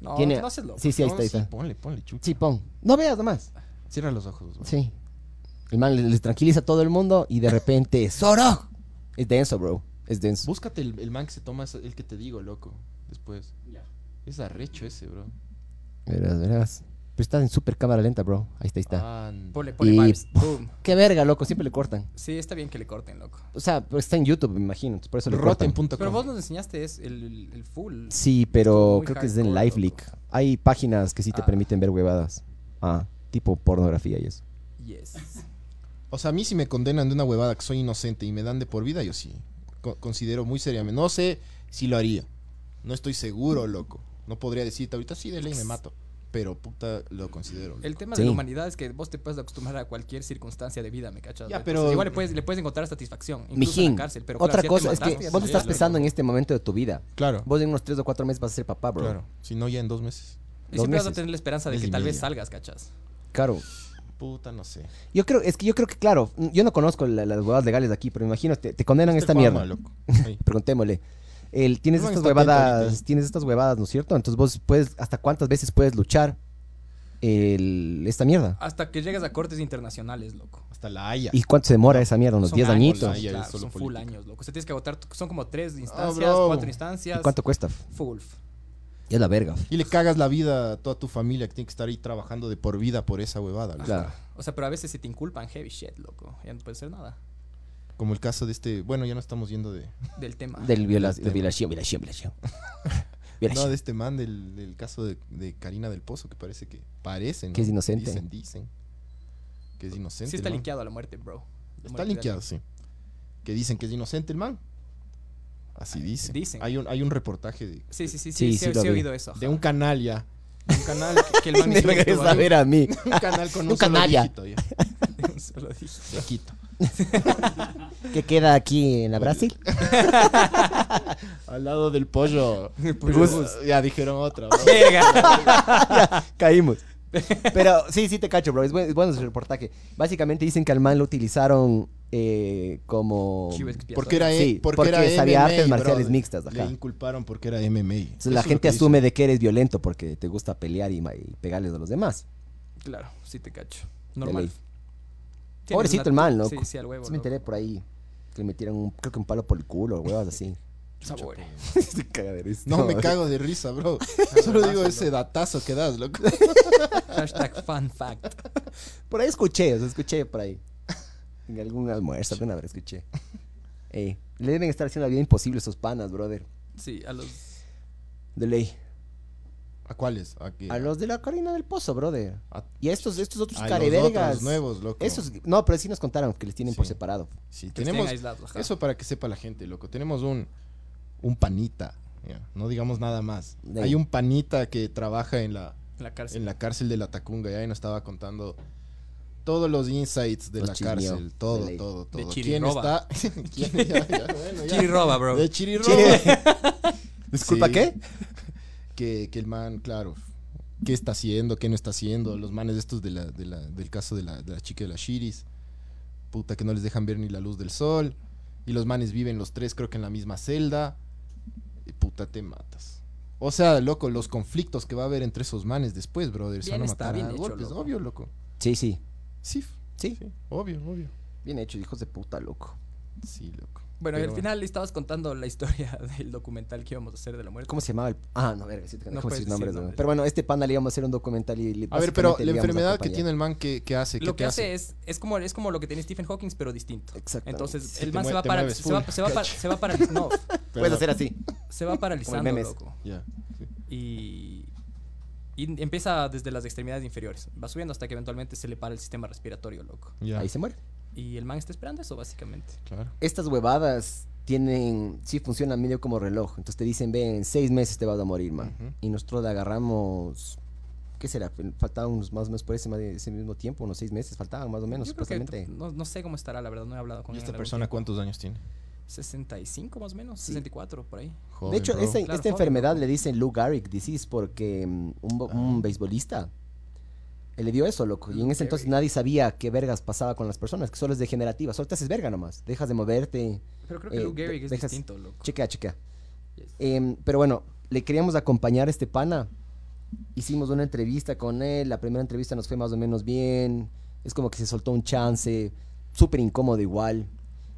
No,
Tiene-
no haces loco.
Sí, sí, ahí
No,
está, ahí
Sí,
está.
ponle, ponle, chucha.
Sí, pon. No veas nomás.
Cierra los ojos, bro.
Sí. El man les, les tranquiliza a todo el mundo y de repente, ¡Zoro! Es denso, bro. Es denso.
Búscate el, el man que se toma, esa- el que te digo, loco. Después. Es arrecho ese, bro.
Verás, verás. Pero está en super cámara lenta, bro. Ahí está, ahí está.
Ah.
Anda.
Ponle, ponle
Y-
vibes. Boom.
Qué verga, loco. Siempre le cortan.
Sí, está bien que le corten, loco.
O sea, pero está en YouTube, me imagino. entonces Por eso le cortan.
Rotten.com.
Pero vos nos enseñaste es el, el full.
Sí, pero
Muy
creo que es en
hardcore,
LiveLeak. Hay páginas que sí te
Ah.
permiten ver huevadas. Ah, tipo pornografía y eso.
Yes.
O sea, a mí si me condenan de una huevada que soy inocente y me dan de por vida, yo sí. Co- considero muy seriamente. No sé si lo haría. No estoy seguro, loco. No podría decirte ahorita sí de ley me mato. Pero puta, lo considero. loco.
El tema
Sí.
de la humanidad es que vos te puedes acostumbrar a cualquier circunstancia de vida, ¿me cachas?
Ya,
Entonces,
pero-
igual le puedes, le puedes encontrar satisfacción, incluso en
Mijín,
la cárcel. Pero
otra
claro, si ya te
cosa es que
mataste,
vos no
sí,
estás
loco.
pensando en este momento de tu vida.
Claro,
Vos en unos 3 o 4 meses vas a ser papá, bro.
claro. Si no, ya en dos meses.
Y
Dos
siempre vas a
meses.
tener la esperanza de
Mes
que
y
tal vez
medio.
salgas, ¿cachas?
Claro.
Puta, no sé.
Yo creo, es que yo creo que, claro, yo no conozco la- las huevadas legales de aquí, pero me imagino, te, te condenan esta
Este
mierda.
Juanma, loco. Ahí.
Preguntémosle. El, tienes
No,
estas
está atento
huevadas,
ahorita.
tienes estas huevadas, ¿no es cierto? Entonces vos puedes, ¿hasta cuántas veces puedes luchar el- esta mierda?
Hasta que llegues a cortes internacionales, loco.
Hasta la Haya.
¿Y cuánto se demora esa mierda? ¿Unos
Son
10
años,
añitos?
Ay, ya,
claro,
es solo
son full
política. Ah,
años, loco. O sea, tienes que agotar, son como tres instancias,
bro.
cuatro
¿Y
instancias.
cuánto cuesta?
Full.
Es la verga.
Y le cagas la vida a toda tu familia que tiene que estar ahí trabajando de por vida por esa huevada. loco.
Claro.
O sea, pero a veces se te inculpan heavy shit, loco. Ya no puede ser nada
Como el caso de este. Bueno, ya no estamos yendo de.
del tema.
Del viola-
Del
de violación, violación, violación.
No,
Violación.
de este man del, del caso de, de Karina del Pozo, que parece que. Parece, ¿no?
Que es inocente.
Dicen, dicen. Que es inocente.
Sí está
el man.
linkeado a la muerte, bro. La
Está
muerte
linkeado, sí. Que dicen que es inocente el man. Así dicen.
dicen.
Hay un, hay un reportaje de,
de- Sí, sí, sí,
Sí,
sí, sí,
sí
sí,
lo
he
vi.
oído eso. ajá.
de un canal ya. De un canal que, que el man
Me
hizo un
regresa a
tubaín.
ver a mí.
Un canal con un,
Un
solo
canal ya.
dígito ya.
Solo dije.
De Quito.
¿Qué queda aquí en la Brasil?
Al lado del pollo.
Pollo
Gus-
Gus.
Ya dijeron otra. ¿no?
Verga.
Caímos. Pero sí, sí te cacho, bro. Es buen- es bueno, ese reportaje. Básicamente dicen que al man lo utilizaron eh, como...
Chivo expiatorio.
Porque era, E,
Sí,
porque
porque
era
sabía
MMA,
artes marciales
brother.
mixtas, ajá.
Le inculparon porque era MMA.
Entonces, la
Eso es lo que
gente
dicen.
asume de que eres violento porque te gusta pelear y, ma- y pegarles a los demás.
Claro, sí te cacho.
De
Normal.
ley.
Tienes
Pobrecito
una-
el man, loco.
Sí, sí, al huevo.
Entonces me enteré por ahí que le metieron, un, creo que un palo por el culo, huevas así.
loco. Sabor.
Este cagaderísimo.
No, me cago de risa, bro. Solo digo ese datazo que das, loco.
Hashtag fun fact.
Por ahí escuché, o sea, escuché por ahí. En algún almuerzo, alguna vez escuché. Ey, le deben estar haciendo la vida imposible a esos panas, brother.
Sí, a los.
De ley.
¿A cuáles? ¿A qué?
A los de la Carolina del Pozo, brother.
A-
Y a estos, estos otros
Ah, a los
carevergas.
otros nuevos, loco.
Esos, no, pero sí nos contaron que les tienen por
Sí.
separado.
Sí,
Que estén
tenemos
aislados, ajá.
eso para que sepa la gente, loco. Tenemos un un panita, ya, no digamos nada más.
De- Pues
Hay un panita que trabaja en la
En la cárcel.
en la cárcel de la Tacunga, ya y nos estaba contando todos los insights de
Los
la
chismeó,
cárcel, todo,
de ley.
todo, todo.
De
¿Quién está?
Chiriroba.
¿Quién? Ya, ya, bueno, ya.
Chiri roba, bro.
De Chiriroba.
Disculpa,
Sí.
¿qué?
que, que el man, claro, qué está haciendo, qué no está haciendo. Los manes estos de la, de la- del caso de la, de la chica de las Shiris. Puta, que no les dejan ver ni la luz del sol. Y los manes viven los tres, creo que en la misma celda. Y puta, te matas. O sea, loco, los conflictos que va a haber entre esos manes después, brother. se
Bien
van a
está,
matar
bien
a
hecho,
golpes,
loco.
obvio, loco.
Sí, sí.
Sí, f-
Sí.
sí, obvio, obvio.
Bien hecho, hijos de puta, loco.
Sí, loco.
Bueno, y
Pero
al final le estabas contando la historia del documental que íbamos a hacer de la muerte.
¿Cómo se llamaba el.? Ah, no, verga, sí, te
No
dejamos
puedes
decir
decir
nombres, ¿no?
nombres.
Pero bueno, este panda le íbamos a hacer un documental y. le-
A ver,
básicamente
pero la
le íbamos a
enfermedad que
acompañar.
tiene el man, ¿qué, qué hace? ¿Qué
Lo que
te hace?
hace es, es como es como lo que tiene Stephen Hawking, pero distinto.
Exactamente.
Entonces,
Sí,
el
te
man se
mue-
va,
te
para,
mueves
se, va,
full.
se, va para- se va para no,
Puedes
Perdón.
hacer así.
se va paralizando,
memes.
loco.
Ya, sí.
Y, y empieza desde las extremidades inferiores. Va subiendo hasta que eventualmente se le para el sistema respiratorio, loco.
ya.
Ahí se muere.
Y el man está esperando eso, básicamente.
Claro.
Estas huevadas tienen. Sí, funcionan medio como reloj. Entonces te dicen, ven, en seis meses te vas a morir, man.
Ujú.
Y nosotros le agarramos. ¿Qué será? Faltaban unos más o menos por ese, ma- ese mismo tiempo, unos seis meses, faltaban más o menos,
Yo creo que
supuestamente.
no, no sé cómo estará, la verdad, no he hablado con
¿Y
él en
esta
algún
persona
tiempo.
cuántos años tiene?
65 más o menos, 64 por ahí.
Joven,
de hecho,
bro.
esta,
Claro,
esta
joven,
enfermedad
loco.
le dicen Lou Gehrig disease porque mm, un, bo-
Ah.
un beisbolista eh, le dio eso, loco. Y en
Lou
ese entonces
Gehrig.
nadie sabía qué vergas pasaba con las personas, que solo es degenerativa. Solo te haces verga nomás. Dejas de moverte.
Pero creo que
Eh,
Lou Gehrig es
dejas-
distinto, loco.
Chequea, chequea.
Yes.
Em, pero bueno, le queríamos acompañar a este pana. Hicimos una entrevista con él. La primera entrevista nos fue más o menos bien. Es como que se soltó un chance. Súper incómodo igual.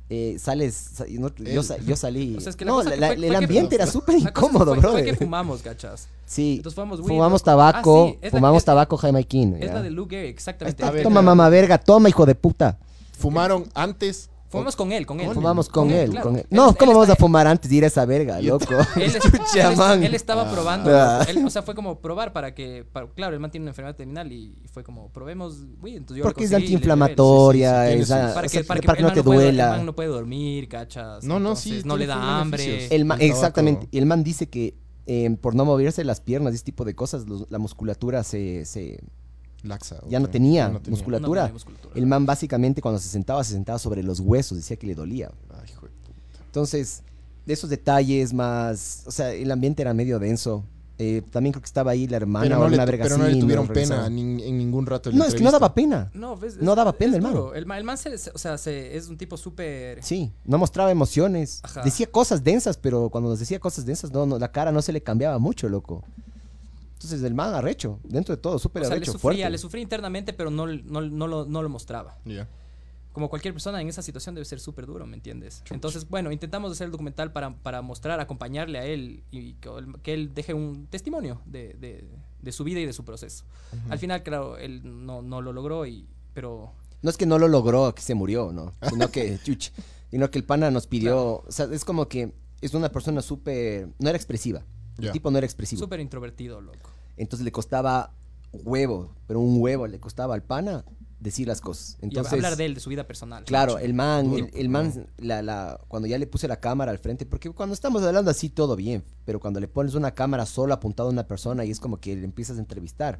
eh, sales. sa- y no- yo,
El-
sa- yo salí.
O sea, es que la
no,
cosa que
la-
fue-
la-
fue
el
que-
ambiente era súper
La cosa
incómodo,
fue- fue que
brother.
fumamos, cachas.
Sí.
Entonces fumamos weed,
Fumamos
loco.
tabaco,
Ah, sí, es la-
fumamos
es-
tabaco jamaiquino.
Es
ya.
la de Lou Gehrig,
Ahí
exactamente.
está,
A ver,
toma
claro.
mamá verga, toma hijo de puta.
¿Fumaron antes?
Fumamos con él, con él.
Fumamos con, él,
claro.
con él. No, ¿cómo vamos
está-
a fumar antes de ir a esa verga, loco?
Él, es-
Chucha,
él es-
man.
él estaba probando.
Ah.
loco. Él- o sea, fue como probar para que. para- claro, el man tiene una enfermedad terminal y fue como, probemos. Uy, entonces yo lo
Porque es
conseguí, le llevé,
antiinflamatoria,
sí, sí, sí,
es a-
sí. Para
o sea,
que, para que,
para que
el
no
man
te
puede-
duela.
el man no puede dormir, cachas.
No, no, sí,
entonces No
tiene
le da
full
hambre.
beneficios.
El ma-
El tabaco.
exactamente. Y el man dice que eh, por no moverse las piernas y ese tipo de cosas, los- la musculatura se, se-
Laxa.
ya no
ok.
tenía
Ya no tenía.
No
musculatura.
tiene musculatura.
el man básicamente cuando se sentaba, se sentaba sobre los huesos, decía que le dolía.
Ay, hijo de puta.
Entonces, de esos detalles más... O sea, el ambiente era medio denso. Eh, también creo que estaba ahí la hermana
Pero
o
no, le,
una
tu-
verga
pero no le
así,
tuvieron pena
regresaron.
ni- en ningún rato. de la
No, es que no
entrevista.
daba pena.
No, ves,
No daba pena el man.
hermano El man, el man se, se- o sea, se- es un tipo súper.
Sí, no mostraba emociones.
Ajá.
Decía cosas densas, pero cuando nos decía cosas densas, no, no, la cara no se le cambiaba mucho, loco. Entonces el man arrecho, dentro de todo, súper
o sea, le
arrecho,
sufría,
fuerte.
le sufría internamente, pero no, no, no, lo, no lo mostraba.
Ya.
Como cualquier persona en esa situación debe ser súper duro, ¿me entiendes? Entonces, bueno, intentamos hacer el documental para, para mostrar, acompañarle a él y que él, que él deje un testimonio de, de- de su vida y de su proceso. Al final, claro, él no, no lo logró, y, pero
No es que no lo logró, que se murió, ¿no? Sino que, chuch, sino que el pana nos pidió, o sea, es como que es una persona súper, no era expresiva.
Ya.
El tipo no era expresivo.
súper introvertido, loco.
Entonces le costaba huevo, pero un huevo le costaba al pana decir las cosas.
Y hab-
Entonces,
hablar de él, de su vida personal.
Claro, el man,
Duro,
el, el man, la, la, cuando ya le puse la cámara al frente, porque cuando estamos hablando así todo bien, pero cuando le pones una cámara solo apuntada a una persona y es como que le empiezas a entrevistar,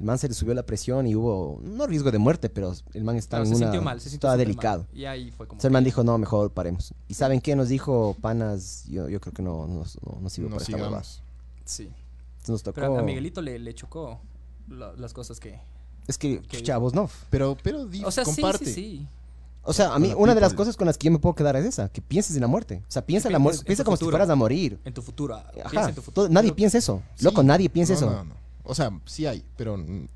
el man se le subió la presión y hubo, no riesgo de muerte, pero el man estaba
Claro,
en
se
una-
sintió mal, se sintió
estaba
súper
delicado.
mal. Y ahí fue como.
O sea, el man dijo, no, mejor paremos. ¿Y saben qué nos dijo Panas? Yo, yo creo que no, no, no, no sirve
No
para esta huevada.
sigamos.
Sí.
Entonces Nos tocó...
Pero a- a Miguelito le, le chocó la- las cosas que.
Es que,
¿Qué
chavos, no.
Pero, pero, di-
O sea,
comparte.
sí, sí, sí.
O sea, a mí,
Con la
una de las
people.
cosas con las que yo me puedo quedar es esa, que pienses en la muerte. O sea, piensa en la
pienses
muerte,
en
piensa
tu
como si
futuro.
fueras a morir.
En tu futuro. ah, piensa
Ajá,
en tu futuro.
todo- nadie piensa eso.
Sí.
Loco, nadie piensa
No,
eso.
no, no. O sea, sí hay, pero mm,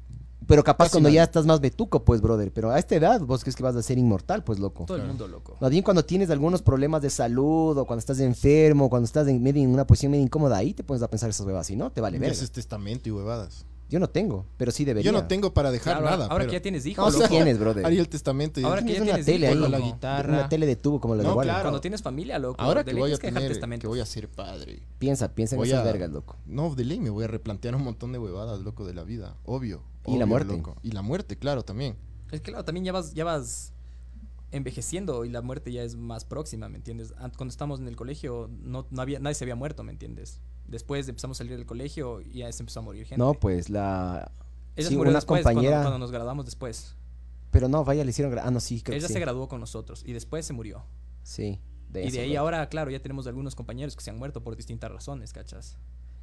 Pero capaz
Casi
cuando
nadie.
ya estás más betuco, pues, brother. Pero a esta edad vos crees que vas a ser inmortal, pues, loco.
Todo el mundo loco.
Más bien cuando tienes algunos problemas de salud o cuando estás enfermo, cuando estás en, medio, en una posición medio incómoda, ahí te pones a pensar esas huevas. Si no, te vale
ya
verga.
haces este testamento y huevadas.
Yo no tengo, pero sí debería.
Yo no tengo para dejar
Claro,
nada.
ahora
pero-
que ya tienes
No,
hijos,
sí
loco.
tienes, brother.
Haría el testamento y
Ahora que
Tienes
ya
una
tienes
tele
hijos,
ahí.
loco.
la guitarra.
Una tele de tubo como la
No,
de Wally.
claro.
Cuando tienes familia, loco.
ahora que
de ley
voy a
tienes dejar
tener, que
testamento.
voy a ser padre.
Piensa, piensa en
Voy
esas
a-
vergas, loco.
No, de ley me voy a replantear un montón de huevadas, loco, de la vida. Obvio.
Y la
obvio,
muerte.
loco. Y la muerte, claro, también.
Es que claro, también ya vas, ya vas envejeciendo y la muerte ya es más próxima, ¿me entiendes? Ant- Cuando estábamos en el colegio, no, no había, nadie se había muerto, ¿me entiendes? Después empezamos a salir del colegio y ya se empezó a morir gente.
No, pues, la...
Ella
sí,
se murió
una
después, pues, cuando-
compañera-
Cuando, nos graduamos después.
Pero no, vaya, le hicieron... gra- Ah, no, sí, creo
Ella
que
se
sí.
graduó con nosotros y después se murió.
Sí. de
y
eso,
de ahí
brother.
ahora, claro, ya tenemos algunos compañeros que se han muerto por distintas razones, ¿cachas?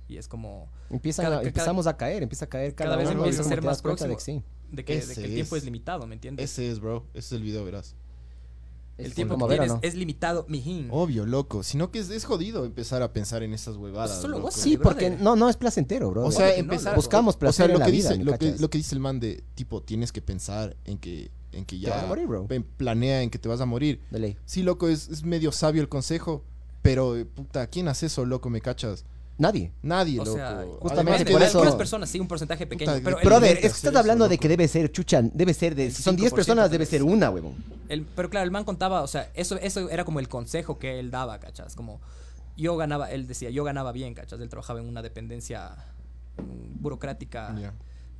Y es como
Empiezan
cada-
a-
cada-
empezamos a caer, empieza a caer cada,
cada vez
uno,
empieza
y
a
como
ser
te
más
das cuenta de que
próximo.
sí.
de que, de
Ese
que el tiempo
es-
es limitado, ¿me entiendes?
Ese es, bro. Ese es el video, verás.
el
Es
tiempo que
como ver, ¿o
tienes
no? Oh,
es limitado,
Mm.
mijín.
Obvio, loco. Sino que es, es jodido empezar a pensar en esas huevadas.
Pues,
O sea, solo
loco.
goza,
Sí, porque
brother.
no, no es placentero, bro.
O
Claro
sea,
que no,
empezar.
loco.
Buscamos placer
o sea, lo
en la
que
vida,
dice,
¿me
lo que,
cachas?
lo que dice el man de tipo, tienes que pensar en que, en que
Te vas
ya
a morir, bro.
pe- planea en que te vas a morir.
De ley.
Sí, loco, es, es medio sabio el consejo, pero eh, puta, ¿quién hace eso, loco? ¿Me cachas?
Nadie.
Nadie,
O
loco.
sea,
Justamente
depende,
por
de
eso-
Algunas personas sí, un porcentaje pequeño.
Puta,
pero el
Brother,
nivel-
es
que
que
hacer
estás
eso,
hablando de
loco.
que debe ser, chuchan, debe ser de...
El
Si son 10 personas,
5%
debe ser una, huevón.
El- pero claro, el man contaba, o sea, eso, eso era como el consejo que él daba, ¿cachas? Como yo ganaba, él decía, yo ganaba bien, ¿cachas? Él trabajaba en una dependencia mm, burocrática
Ya.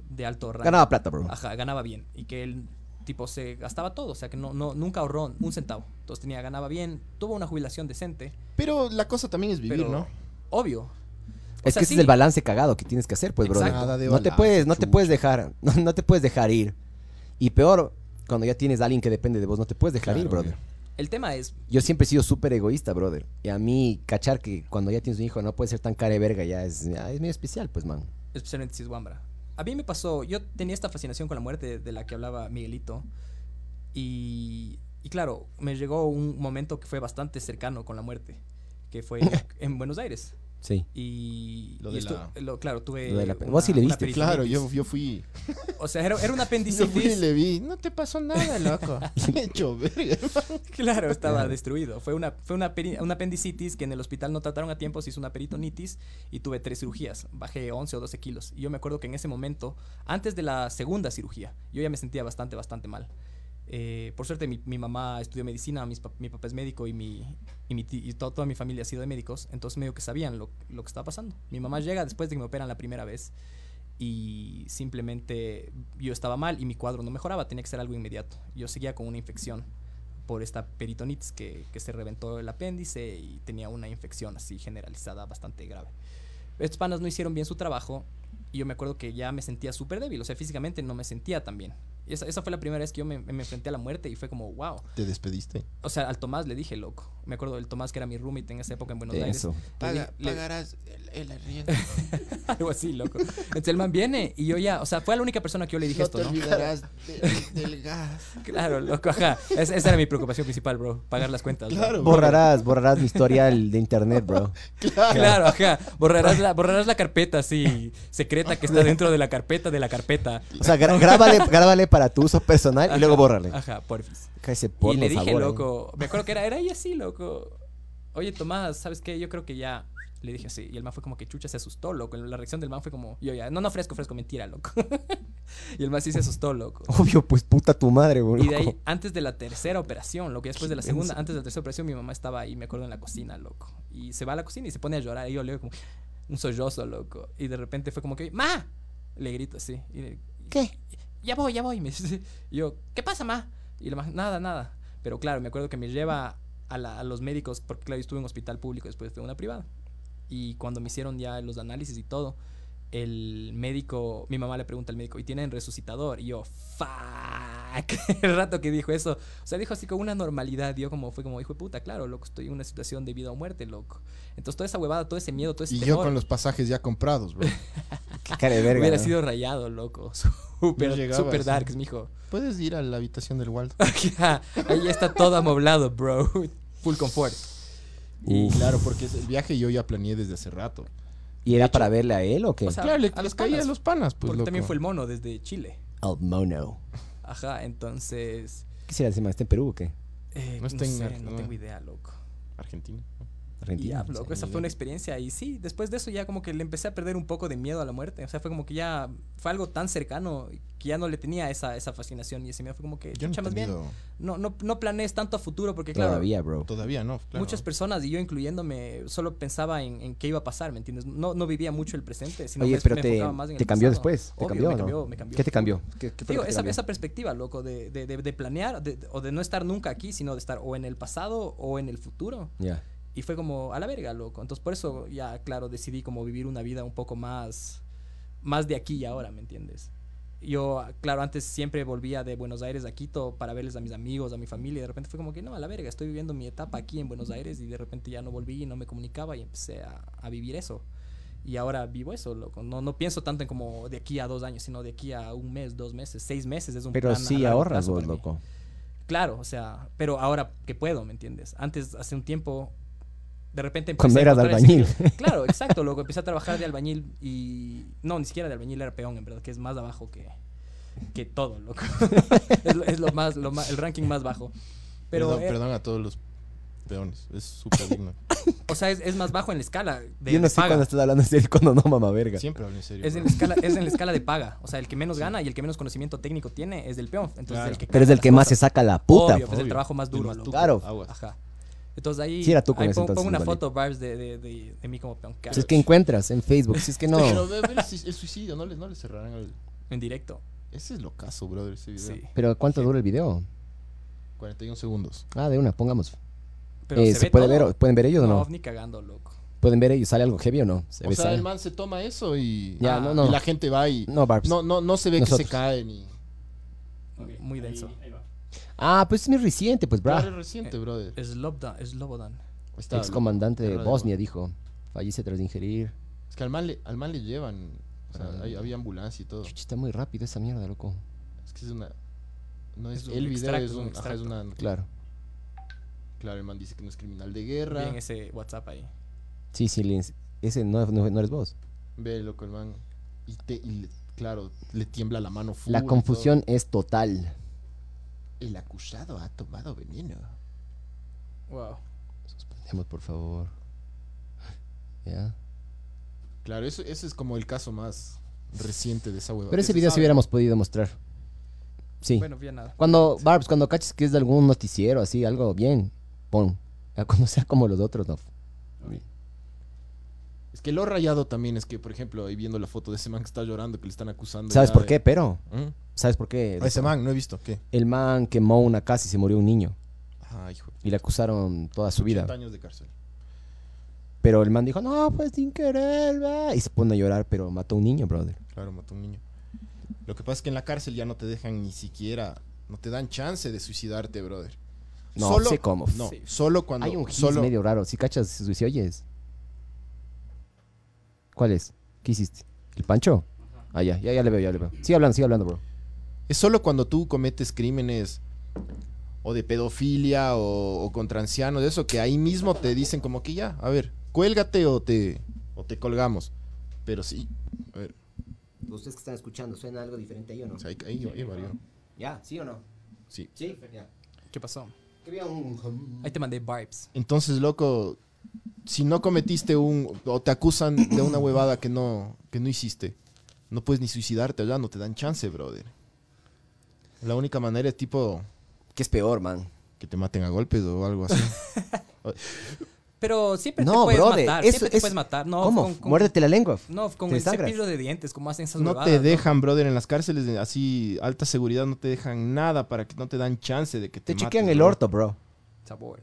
de alto rango.
Ganaba plata, bro.
Ajá, ganaba bien. Y que él, tipo, se gastaba todo, o sea, que no, no, nunca ahorró un centavo. Entonces tenía, ganaba bien, tuvo una jubilación decente.
Pero la cosa también es vivir,
pero,
¿no?
Obvio. O
Es
sea,
que ese
sí,
es el balance cagado que tienes que hacer, pues, brother.
Exacto.
Nada de
no te
balance,
puedes, no te
chucha.
puedes dejar, no, no te puedes dejar ir. Y peor, cuando ya tienes a alguien que depende de vos, no te puedes dejar ir,
Claro,
brother.
El tema es,
Yo siempre he sido súper egoísta, brother. Y a mí, cachar que cuando ya tienes un hijo no puede ser tan cara de verga, ya es, ya es medio especial, pues, man.
especialmente si es Wambra. A mí me pasó, yo tenía esta fascinación con la muerte de, de la que hablaba Miguelito. Y, y claro, me llegó un momento que fue bastante cercano con la muerte, que fue en Buenos Aires.
Sí.
Y.
Lo
y
de
estu-
la-
lo- claro, tuve.
lo de la pen-
una-
vos sí le
una
viste.
Claro, yo,
peritonitis.
yo fui.
O sea, era, era una
Yo fui y
apendicitis.
le vi. No te pasó nada, loco. Me hecho verga, hermano.
Claro, estaba destruido. Fue una, fue una, peri- una apendicitis que en el hospital no trataron a tiempo, se hizo una peritonitis y tuve tres cirugías. Bajé 11 o 12 kilos. Y yo me acuerdo que en ese momento, antes de la segunda cirugía, yo ya me sentía bastante, bastante mal. Eh, por suerte, mi, mi mamá estudió medicina, mis pa- mi papá es médico y, mi, y, mi ti- y to- toda mi familia ha sido de médicos, entonces medio que sabían lo, lo que estaba pasando. Mi mamá llega después de que me operan la primera vez y simplemente yo estaba mal y mi cuadro no mejoraba, tenía que ser algo inmediato. Yo seguía con una infección por esta peritonitis que, que se reventó el apéndice y tenía una infección así generalizada bastante grave. Estos panas no hicieron bien su trabajo y yo me acuerdo que ya me sentía súper débil, o sea, físicamente no me sentía tan bien. Y esa, esa fue la primera vez que yo me, me enfrenté a la muerte y fue como, wow.
¿Te despediste?
O sea, al Tomás le dije, loco. Me acuerdo del Tomás que era mi roommate en esa época en Buenos Aires.
Eso.
Le di-
Paga-
le-
pagarás el, el arriendo.
algo así, loco. Entonces el man viene y yo ya, o sea, fue la única persona que yo le dije
No te
esto, ¿no?
olvidarás de- del gas.
Claro, loco, ajá. Es- esa era mi preocupación principal, bro. Pagar las cuentas. bro.
Claro.
Borrarás, borrarás mi historial de internet, bro.
Claro, ajá. Borrarás la, borrarás la carpeta así secreta que está dentro de la carpeta de la carpeta.
O sea, gra- grábale, grábale para tu uso personal y luego bórrale.
Ajá, porfis.
Cállese por
Y le dije,
favor, eh.
loco, me acuerdo que era, era ahí así, loco. Oye, Tomás, ¿sabes qué? Yo creo que ya. Le dije así. Y el man fue como que chucha, se asustó, loco. La reacción del man fue como, yo ya, no, no, fresco, fresco, mentira, loco. y el man sí se asustó, loco.
Obvio, pues puta tu madre, bro.
Y de ahí, antes de la tercera operación, lo que después de la segunda, antes de la tercera operación, mi mamá estaba ahí, me acuerdo, en la cocina, loco. Y se va a la cocina y se pone a llorar. Y yo le digo como, un sollozo, loco. Y de repente fue como que, ¡Ma! Le grito así. Y le-
¿Qué?
ya voy, ya voy. Me dice. Y yo, ¿qué pasa, ma? Y la ma, nada, nada. Pero claro, me acuerdo que me lleva a, la- a los médicos, porque claro, yo estuve en un hospital público, después fue una privada. Y cuando me hicieron ya los análisis y todo, el médico, mi mamá le pregunta al médico, ¿y tienen resucitador? Y yo, fuck. El rato que dijo eso, o sea, dijo así con una normalidad. Yo como, fue como, hijo de puta, claro, loco, estoy en una situación de vida o muerte, loco. Entonces, toda esa huevada, todo ese miedo, todo ese
Y yo
temor,
con los pasajes ya comprados, bro.
Qué cara de verga.
hubiera
¿no?
sido rayado, loco. Super,
llegaba
super
así.
dark, mijo.
¿Puedes ir a la habitación del Waldo?
Ya, ahí está todo amoblado, bro. Full confort.
Y claro, porque es el viaje yo ya planeé desde hace rato.
¿Y era para verle a él o qué?
O sea,
claro, le,
a
les
los
caí
panas.
a los panas, pues
porque
loco.
también fue el mono desde Chile.
Al mono.
Ajá, entonces.
¿Qué será encima? ¿Está en Perú o qué?
eh,
No
no,
está en
sé,
Ar-
no
no.
tengo idea, loco.
Argentina.
Y
Argentina.
ya, loco, esa
ni
fue una
idea.
experiencia. Y sí, después de eso ya como que le empecé a perder un poco de miedo a la muerte. O sea, fue como que ya fue algo tan cercano que ya no le tenía esa, esa fascinación y ese miedo. Fue como que,
Yo no he
chucha, más bien,
tenido-
no, no, no planees tanto a futuro porque, claro,
Todavía, bro.
Todavía no, claro.
muchas personas y yo incluyéndome solo pensaba en, en qué iba a pasar, ¿me entiendes? No, no vivía mucho el presente, sino
Oye,
me,
pero
me
te,
enfocaba más en el
te cambió
pasado.
después. ¿Te
Obvio,
cambió,
me
no?
cambió, me cambió.
¿Qué te cambió? ¿Qué, qué
Te
fue lo
digo,
que te
esa,
cambió?
esa perspectiva, loco, de, de- de- de planear de- o de no estar nunca aquí, sino de estar o en el pasado o en el futuro.
Ya.
Y fue como a la verga, loco. Entonces por eso ya, claro, decidí como vivir una vida un poco más, más de aquí y ahora, ¿me entiendes? Yo, claro, antes siempre volvía de Buenos Aires a Quito para verles a mis amigos, a mi familia, y de repente fue como que, no, a la verga, estoy viviendo mi etapa aquí en Buenos Aires y de repente ya no volví y no me comunicaba y empecé a, a vivir eso. Y ahora vivo eso, loco. No, no pienso tanto en como de aquí a dos años, sino de aquí a un mes, dos meses, seis meses es un
Pero
plan a
sí
largo
ahorras
plazo
vos,
para mí.
loco.
Claro, o sea, pero ahora que puedo, ¿me entiendes? Antes, hace un tiempo, de repente empecé
Cuando
a
eras
encontrar ese
albañil.
equilibrio. Claro, exacto, loco. Empecé a trabajar de albañil y... No, ni siquiera de albañil, era peón, en verdad, que es más abajo que, que todo, loco. es, lo- es lo más, lo más, el ranking más bajo. Pero,
perdón,
eh,
perdón a todos los peones. Es súper digno.
o sea, es, es más bajo en la escala de,
Yo no
de
sé
paga.
cuándo estás hablando en serio y cuándo no, mamá verga.
Siempre hablo en serio.
Es
bro.
en, la escala, es en la escala de paga. O sea, el que menos gana y el que menos conocimiento técnico tiene es del peón. Entonces,
Claro.
el que
Pero es
carga
el
las
que más se
cosas.
saca la puta.
Obvio, pues, el
Obvio.
trabajo más
El
duro,
más
loco.
tuco.
Claro. Ah,
Aguas.
Ajá. Entonces ahí,
Sí, era tú con
ahí
ese
pon- pon
entonces,
una
igualito.
foto, Barbs, de, de, de, de mí como peón.
Si es que encuentras en Facebook, si es que no.
Pero ve- ve el, suic- el suicidio, no le, no le cerrarán el...
En directo.
Ese es lo caso, brother, ese video.
Sí.
Pero ¿cuánto dura el video?
41 segundos.
Ah, de una, pongamos.
Pero
Eh, ¿Se, puede
todo?
ver, o- ¿Pueden ver ellos o
No,
no?
ni cagando, loco.
¿Pueden ver ellos? ¿Sale algo heavy o no? ¿Se
O
ve
sea,
sale?
el man se toma eso y...
Ya,
Ah,
no,
y
no.
la gente va y...
No, Barbs.
No, no, no se ve que
Nosotros.
se cae ni...
Muy denso.
Ah, pues es muy reciente, pues,
Claro, es
bra.
reciente, brother.
Eh,
Slobodan. Slobodan.
Está-
Ex comandante de
Pero de-
Bosnia, dijo. Fallece tras ingerir.
Es que al man le, al man le llevan...
Ah.
O sea, hay- había ambulancia y todo.
Chucha, está muy rápido esa mierda, loco.
Es que es una... No es,
Es un
el video,
extracto,
es,
es un
un, ajá, es una...
Claro.
Claro, el man dice que no es criminal de guerra.
Bien ese WhatsApp ahí.
Sí, sí, le, ese no, no- no eres vos.
Ve, loco, el man. Y, te, y le- claro, le tiembla la mano full y
La
todo.
confusión es total.
El acusado ha tomado veneno.
Wow.
Suspendemos, por favor. Ya.
Claro, eso, ese es como el caso más reciente de esa huevada.
Pero ese
se
video sí
sabe.
hubiéramos podido mostrar. Sí.
Bueno, bien nada.
Cuando, Barbs, cuando caches que es de algún noticiero, así, algo bien, pon. Ya Cuando sea como los otros, no.
Es que lo rayado también es que, por ejemplo, ahí viendo la foto de ese man que está llorando, que le están acusando.
¿Sabes
ya
por
de-
qué? Pero,
¿Mm?
¿sabes por qué?
A ese man, no he visto. ¿Qué?
El man quemó una casa y se murió un niño.
Ah, hijo.
Y le acusaron toda su
80
vida.
años de cárcel.
Pero el man dijo, no, pues sin querer, va. Y se pone a llorar, pero mató a un niño, brother.
Claro, mató a un niño. Lo que pasa es que en la cárcel ya no te dejan ni siquiera. No te dan chance de suicidarte, brother.
No
solo,
sé cómo.
No,
Sí.
solo cuando.
Hay un gis
solo,
medio raro. Si cachas, si, si oyes. ¿Cuál es? ¿Qué hiciste? ¿El pancho? Ah, ya, ya, ya le veo, ya le veo. Sigue hablando, sigue hablando, bro.
Es solo cuando tú cometes crímenes o de pedofilia o, o contra ancianos, de eso, que ahí mismo te dicen como que ya, a ver, cuélgate o te, o te colgamos. Pero sí, a ver,
Ustedes que están escuchando, ¿suena algo diferente ahí o no?
o sea, ahí, ahí- ahí varió.
¿Ya? ¿Sí o no?
Sí.
Sí, ya.
¿Qué pasó?
Que había un...
Ahí te mandé vibes.
Entonces, loco, si no cometiste un... o te acusan de una huevada que no, que no hiciste, no puedes ni suicidarte allá, no te dan chance, brother. La única manera es tipo
¿Qué es peor, man?
que te maten a golpes o algo así.
Pero siempre te
No,
puedes
brother.
matar.
eso
siempre te
es-
puedes matar. No,
¿Cómo?
Con, con-
Muérdete la lengua.
No, con
Te
el
sangras.
cepillo de dientes, como hacen esas
No
huevadas,
te dejan, brother, en las cárceles de- así alta seguridad no te dejan nada para que no te dan chance de que te
Te
maten,
chequean el
bro.
orto, bro.
Sabor.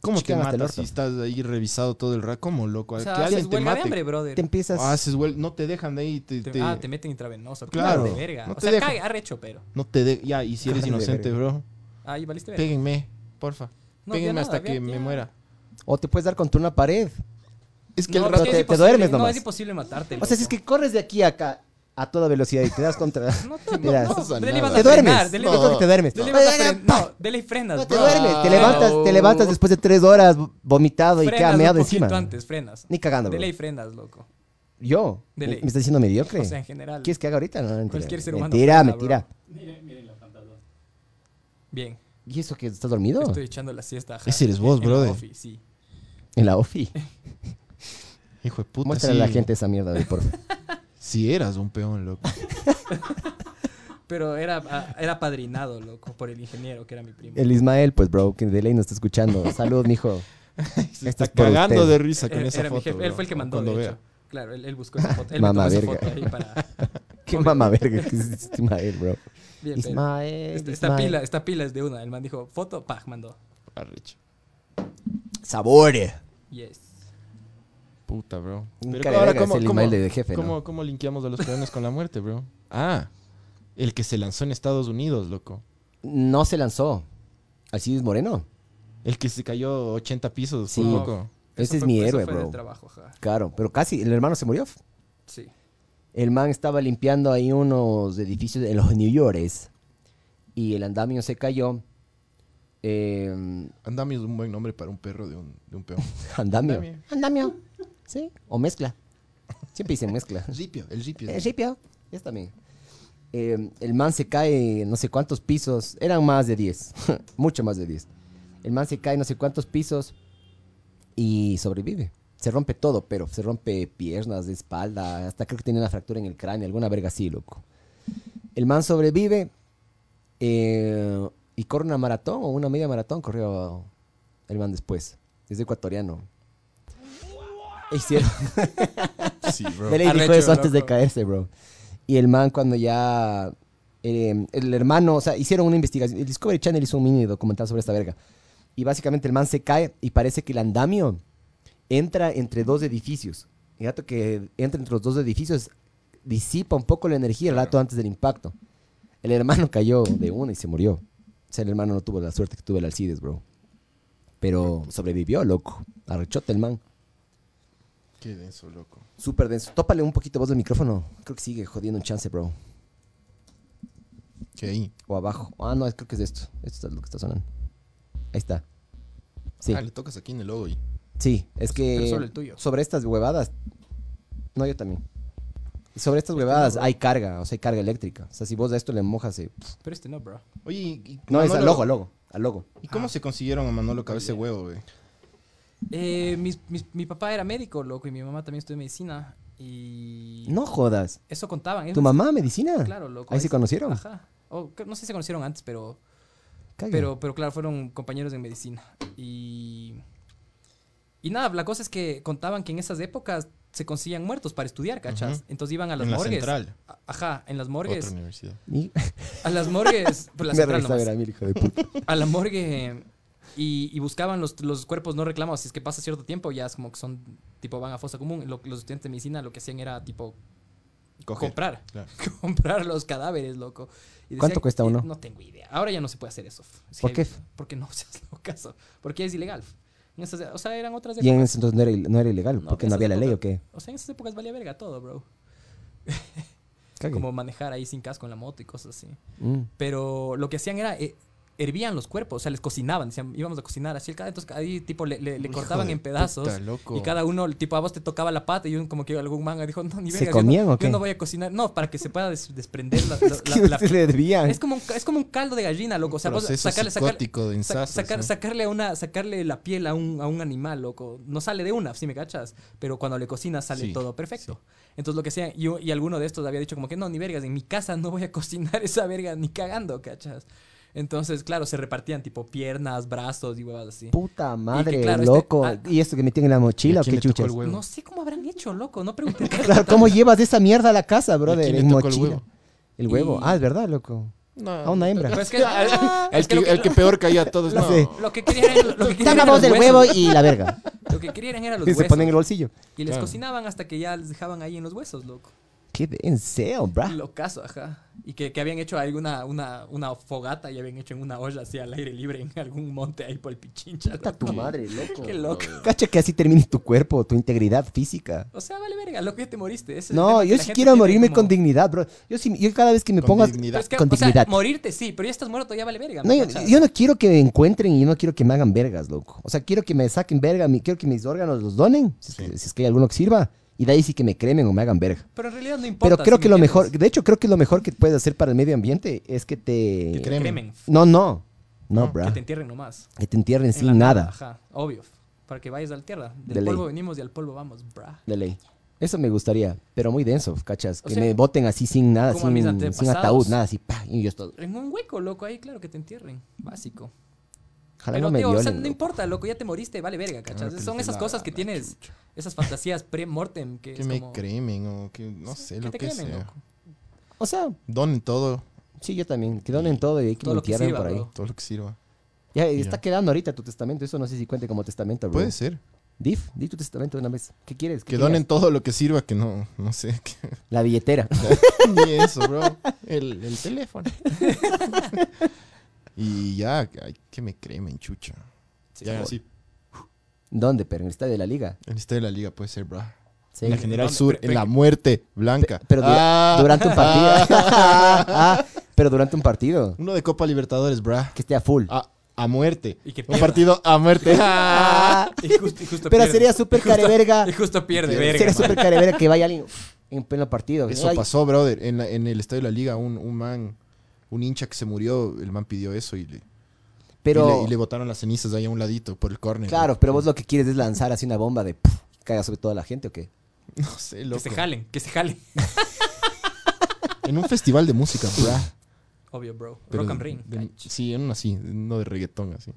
¿Cómo te
chequean hasta el
matas si
orto.
estás ahí revisado todo el rato? ¿Cómo, loco?
O
que
sea, haces
alguien te
huelga de
mate.
hambre, brother.
Te empiezas...
O haces huel- no te dejan de ahí, te-
Te-
te-
Ah, te meten intravenoso.
Claro,
Claro. De verga.
no
o
te
sea,
deja.
cae arrecho, pero.
no te de- ya, y si eres
Ay, de
inocente, bro,
Ahí valiste verga.
péguenme, porfa.
No,
péguenme
ya
hasta
nada,
que
ya-
me
ya.
muera.
O te puedes dar contra una pared.
Es que
No,
el
pero
rato
es
te-
que es
te
imposible-
duermes
No,
nomás.
es imposible matarte.
O sea, si es
loco.
que corres de aquí a acá a toda velocidad y te das contra...
No, te, no,
Verás.
no,
pasa
dele
nada.
vas a
Te
frenar,
duermes.
dele-
Yo creo que te duermes.
dele
No,
vas a
no,
fren- No, dele y frenas,
No te
bro.
duermes, te levantas, te levantas después de tres horas vomitado y
Frenas
queda
un
meado
poquito
encima.
antes, frenas.
Ni cagando, bro.
Dele y frenas, loco.
Yo.
De
Me,
ley.
me está diciendo mediocre.
O sea, en general.
¿Quieres que haga ahorita? No, mentira.
Cualquier ser humano
mentira,
frena,
mentira.
Bien,
¿Y eso que estás dormido?
estoy echando la siesta. ajá.
Ese eres vos,
En la
brother.
ofi, sí.
En la OFI.
Hijo de puta,
Muéstrale
sí,
a la gente esa mierda de por favor.
Si eras un peón, loco.
Pero era, ah, era padrinado, loco, por el ingeniero, que era mi primo.
El Ismael, pues, bro, que de ley no está escuchando. Salud, mijo.
Se
Esto
está
es por
cagando
usted.
de risa con
Era-
esa
Eh, era mi
foto,
jefe, Él
bro,
fue el que mandó,
cuando
de
vea.
hecho. Claro, él, él buscó esa foto. Él me
Mamá
tomó esa
verga.
foto ahí para...
Qué mamá verga que es este Ismael, bro.
Bien, pero-
Ismael.
Este, Esta, esta
Ismael.
pila, esta pila es de una. El man dijo, foto, pag, mandó.
Arrecho.
Sabor. eh.
Yes.
Puta, bro.
Un
Pero
cara de
ahora,
verga es
¿cómo,
el
cómo-
Ismael de jefe, ¿no?
cómo- cómo linkeamos a los peones con la muerte, bro? Ah, el que se lanzó en Estados Unidos, loco.
No se lanzó. Así es Moreno.
El que se cayó 80 pisos,
Sí.
sí. loco.
Eso
Ese es
fue-
mi
eso
héroe,
fue de
bro.
trabajo, ajá.
Claro, pero casi. El hermano se murió.
Sí.
El man estaba limpiando ahí unos edificios en los New Yorkers y el andamio se cayó. Eh,
Andamio es un buen nombre para un perro de un, de un peón.
andamio.
Andamio.
Andamio. Sí. O mezcla. Siempre dicen mezcla.
Ripio, el ripio.
El ripio. Es también. Eh, el man se cae no sé cuántos pisos. Eran más de 10. Mucho más de 10. El man se cae no sé cuántos pisos y sobrevive. Se rompe todo, pero se rompe piernas, de espalda, hasta creo que tiene una fractura en el cráneo, alguna verga así, loco. El man sobrevive eh, y corre una maratón o una media maratón, corrió el man después. Es ecuatoriano. Hicieron,
Sí, bro.
Dele dijo
Arrecho,
eso antes de
loco.
caerse, bro. Y el man cuando ya... eh, el hermano, o sea, hicieron una investigación. El Discovery Channel hizo un mini documental sobre esta verga. Y básicamente el man se cae y parece que el andamio entra entre dos edificios. El gato que entra entre los dos edificios disipa un poco la energía el gato antes del impacto. El hermano cayó de una y se murió. O sea, el hermano no tuvo la suerte que tuvo el Alcides, bro. Pero sobrevivió, loco. Arrechote el man.
Qué denso, loco.
Súper denso. Tópale un poquito vos del micrófono. Creo que sigue jodiendo un chance, bro.
Que ahí.
O abajo. Ah, no, es- creo que es de esto. Esto es lo que está sonando. Ahí está. Sí.
Ah, le tocas aquí en el logo y
Sí, es que.
Pero solo el tuyo.
Sobre estas huevadas. No, yo también. Sobre estas huevadas hay carga, o sea, hay carga eléctrica. O sea, si vos a esto le mojas, se-
Pero este no, bro.
Oye, y-
no, es al
Manolo-
logo, al logo, al logo.
¿Y
Ah.
cómo se consiguieron a Manolo Cabeza de Huevo, güey?
Eh, mis- mis- mi papá era médico, loco, y mi mamá también estudió medicina. Y.
No jodas.
Eso contaban.
¿Tu
ellos-
mamá, medicina?
Claro, loco.
Ahí se conocieron.
Ajá. O, que- no sé si se conocieron antes, pero.
Cague.
Pero, pero claro, fueron compañeros en medicina. Y. Y nada, la cosa es que contaban que en esas épocas se conseguían muertos para estudiar, ¿cachas?
Ujú.
Entonces iban a las
En la
morgues.
central.
A- Ajá, en las morgues.
Otra universidad.
Y-
A las morgues. por la
me
central
regresa a
nomás.
ver a mí, el hijo de puta.
a la morgue y, y buscaban los, los cuerpos no reclamados. Si es que pasa cierto tiempo, ya es como que son, tipo, van a fosa común. Lo- los estudiantes de medicina lo que hacían era, tipo,
Coger.
comprar.
Claro.
Comprar los cadáveres, loco. Y "Eh,
¿Cuánto cuesta uno?
No tengo idea. Ahora ya no se puede hacer eso. Es
¿Por
heavy.
qué?
Porque no seas loco. so. Porque es ilegal. En esas- o sea, eran otras
Y en
épocas.
ese entonces no era, il- no era ilegal,
No,
porque
en
no
esas
había la ley o qué.
épocas- O sea, en esas épocas valía verga todo, bro.
Cague.
Como manejar ahí sin casco en la moto y cosas así.
Mm.
Pero lo que hacían era eh, hervían los cuerpos, o sea, les cocinaban, decían, íbamos a cocinar así el cada entonces ahí tipo le, le- le
Hijo
cortaban
de
en pedazos
puta, loco.
y cada uno tipo a vos te tocaba la pata y un como que algún manga dijo, "No, ni
¿Se
verga,
comían
yo, no,
o qué?
yo no voy a cocinar." No, para que se pueda des- desprender la, la- la-
Que
la-
se le desvían.
es como un, ca- es como un caldo de gallina, loco, o sea, vos
proceso
sacarle sacar-
psicótico de
sa-
ensazos,
sacar-
¿no?
sacarle a una sacarle la piel a un, a un animal, loco, no sale de una, si me cachas, pero cuando le cocinas sale
Sí,
todo perfecto. Entonces lo que sea, y, y alguno de estos había dicho como que no, ni vergas, en mi casa no voy a cocinar esa verga ni cagando, ¿cachas? Entonces, claro, se repartían tipo piernas, brazos y huevas así.
Puta madre,
claro, este-
loco.
ah.
¿Y esto que metían en la mochila
¿Y a
o qué
quién le tocó
chuchas?
el huevo?
No sé cómo habrán hecho, loco, no pregunté.
Claro, ¿cómo llevas esa mierda a la casa, brother?
quién le
en
tocó el
mochila.
huevo?
El huevo.
Y-
Ah, es verdad, loco. A una hembra.
Pero es que- ah,
El
es que
que,
lo que-
el que peor caía a todos.
No
No.
sé.
Lo que querían era- lo que querían
Saca
eran
vos
los
del huevo
huesos.
y la verga.
Lo que querían eran los
Y se
huesos.
ponen en el bolsillo.
Y les
Claro.
cocinaban hasta que ya les dejaban ahí en los huesos, loco.
Qué denseo, bra.
Lo caso, ajá. Y que, que habían hecho alguna una, una fogata y habían hecho en una olla así al aire libre en algún monte ahí por el pichincha. loco.
loco.
Qué loco.
Cacha que así termine tu cuerpo, tu integridad física.
O sea, vale verga, loco, ya te moriste. Ese es el tema
No,
que
yo
la
sí
gente
quiero
tiene
morirme
como-
con dignidad, bro. Yo, sí- yo cada vez que me
Con
pongas
dignidad.
Pero es que,
con
o sea,
dignidad.
morirte sí, pero ya estás muerto, ya vale verga.
No, yo,
¿cachas?
yo no quiero que me encuentren y yo no quiero que me hagan vergas, loco. O sea, quiero que me saquen verga, mi- quiero que mis órganos los donen, si, es que- si es, que, hay alguno que sirva, y de ahí sí que me cremen o me hagan verga.
Pero en realidad no importa.
Pero creo
si
que
me
lo mejor,
entiendes.
de hecho, creo que lo mejor que puedes hacer para el medio ambiente es que te...
Que
Que
cremen.
cremen.
No, no, no, bro.
Que te entierren nomás.
Que te entierren
En la
sin nada,
Ajá, obvio. Para que vayas a la tierra. Del
De ley.
polvo venimos y al polvo vamos, brah.
de ley. Eso me gustaría, pero muy denso, cachas.
O
Que
sea,
me boten así sin nada,
como a mis
sin, sin
antepasados.
ataúd, nada, así, pa, y yo estoy...
En un hueco, loco, ahí claro que te entierren. Básico.
Ojalá
Pero,
no me
tío, o sea,
violen,
no
loco.
importa, loco, ya te moriste, vale verga, ¿cachas?
Claro que
Son
les dé
esas
la
cosas que
gana,
tienes, esas fantasías pre-mortem que,
Que
es
me
como...
cremen o que no
Sí,
sé, lo
te
que
cremen,
sea.
loco.
O sea,
Donen todo,
sí, yo también. Que donen todo y hay que me
Todo lo que
entierren
sirva,
por ahí.
bro.
todo lo que sirva.
Ya, está
Ya.
quedando ahorita tu testamento. Eso no sé si cuente como testamento, bro.
Puede ser.
Dif, di tu testamento de una vez. ¿Qué quieres? ¿Qué
Pues. Que
querías?
donen todo lo que sirva, que no, no sé. que-
La billetera.
Ni eso, bro. El, el teléfono. y ya, ay, que me cremen, chucha. ya, así.
¿Dónde, pero? En el estadio de la liga.
El estadio de la liga puede ser, bro.
Sí.
En la General Sur, en la muerte blanca.
Pero dura-
Ah,
durante un partido. Ah, pero durante un partido.
Uno de Copa Libertadores, bro.
Que esté a full.
A, a muerte.
Y que
Un
pierda.
partido a muerte.
Ah,
Y justo, y justo
pero
pierde.
sería súper careverga.
Y justo pierde, verga.
Sería
man.
súper careverga que vaya alguien uf, en pleno partido.
Eso
Ay,
pasó, brother. En, la- en el estadio de la liga, un, un man, un hincha que se murió, el man pidió eso y le, y
Pero,
le, y le botaron las cenizas ahí a un ladito por el córner.
claro, pero vos lo que quieres es lanzar así una bomba de... puf, y caiga sobre toda la gente o qué.
No sé,
Que
loco.
se jalen, que se jalen.
En un festival de música, bro.
Obvio, bro.
Pero
Rock and
de-
ring.
Ah,
de-
cach.
sí, en uno así, no de reggaetón así.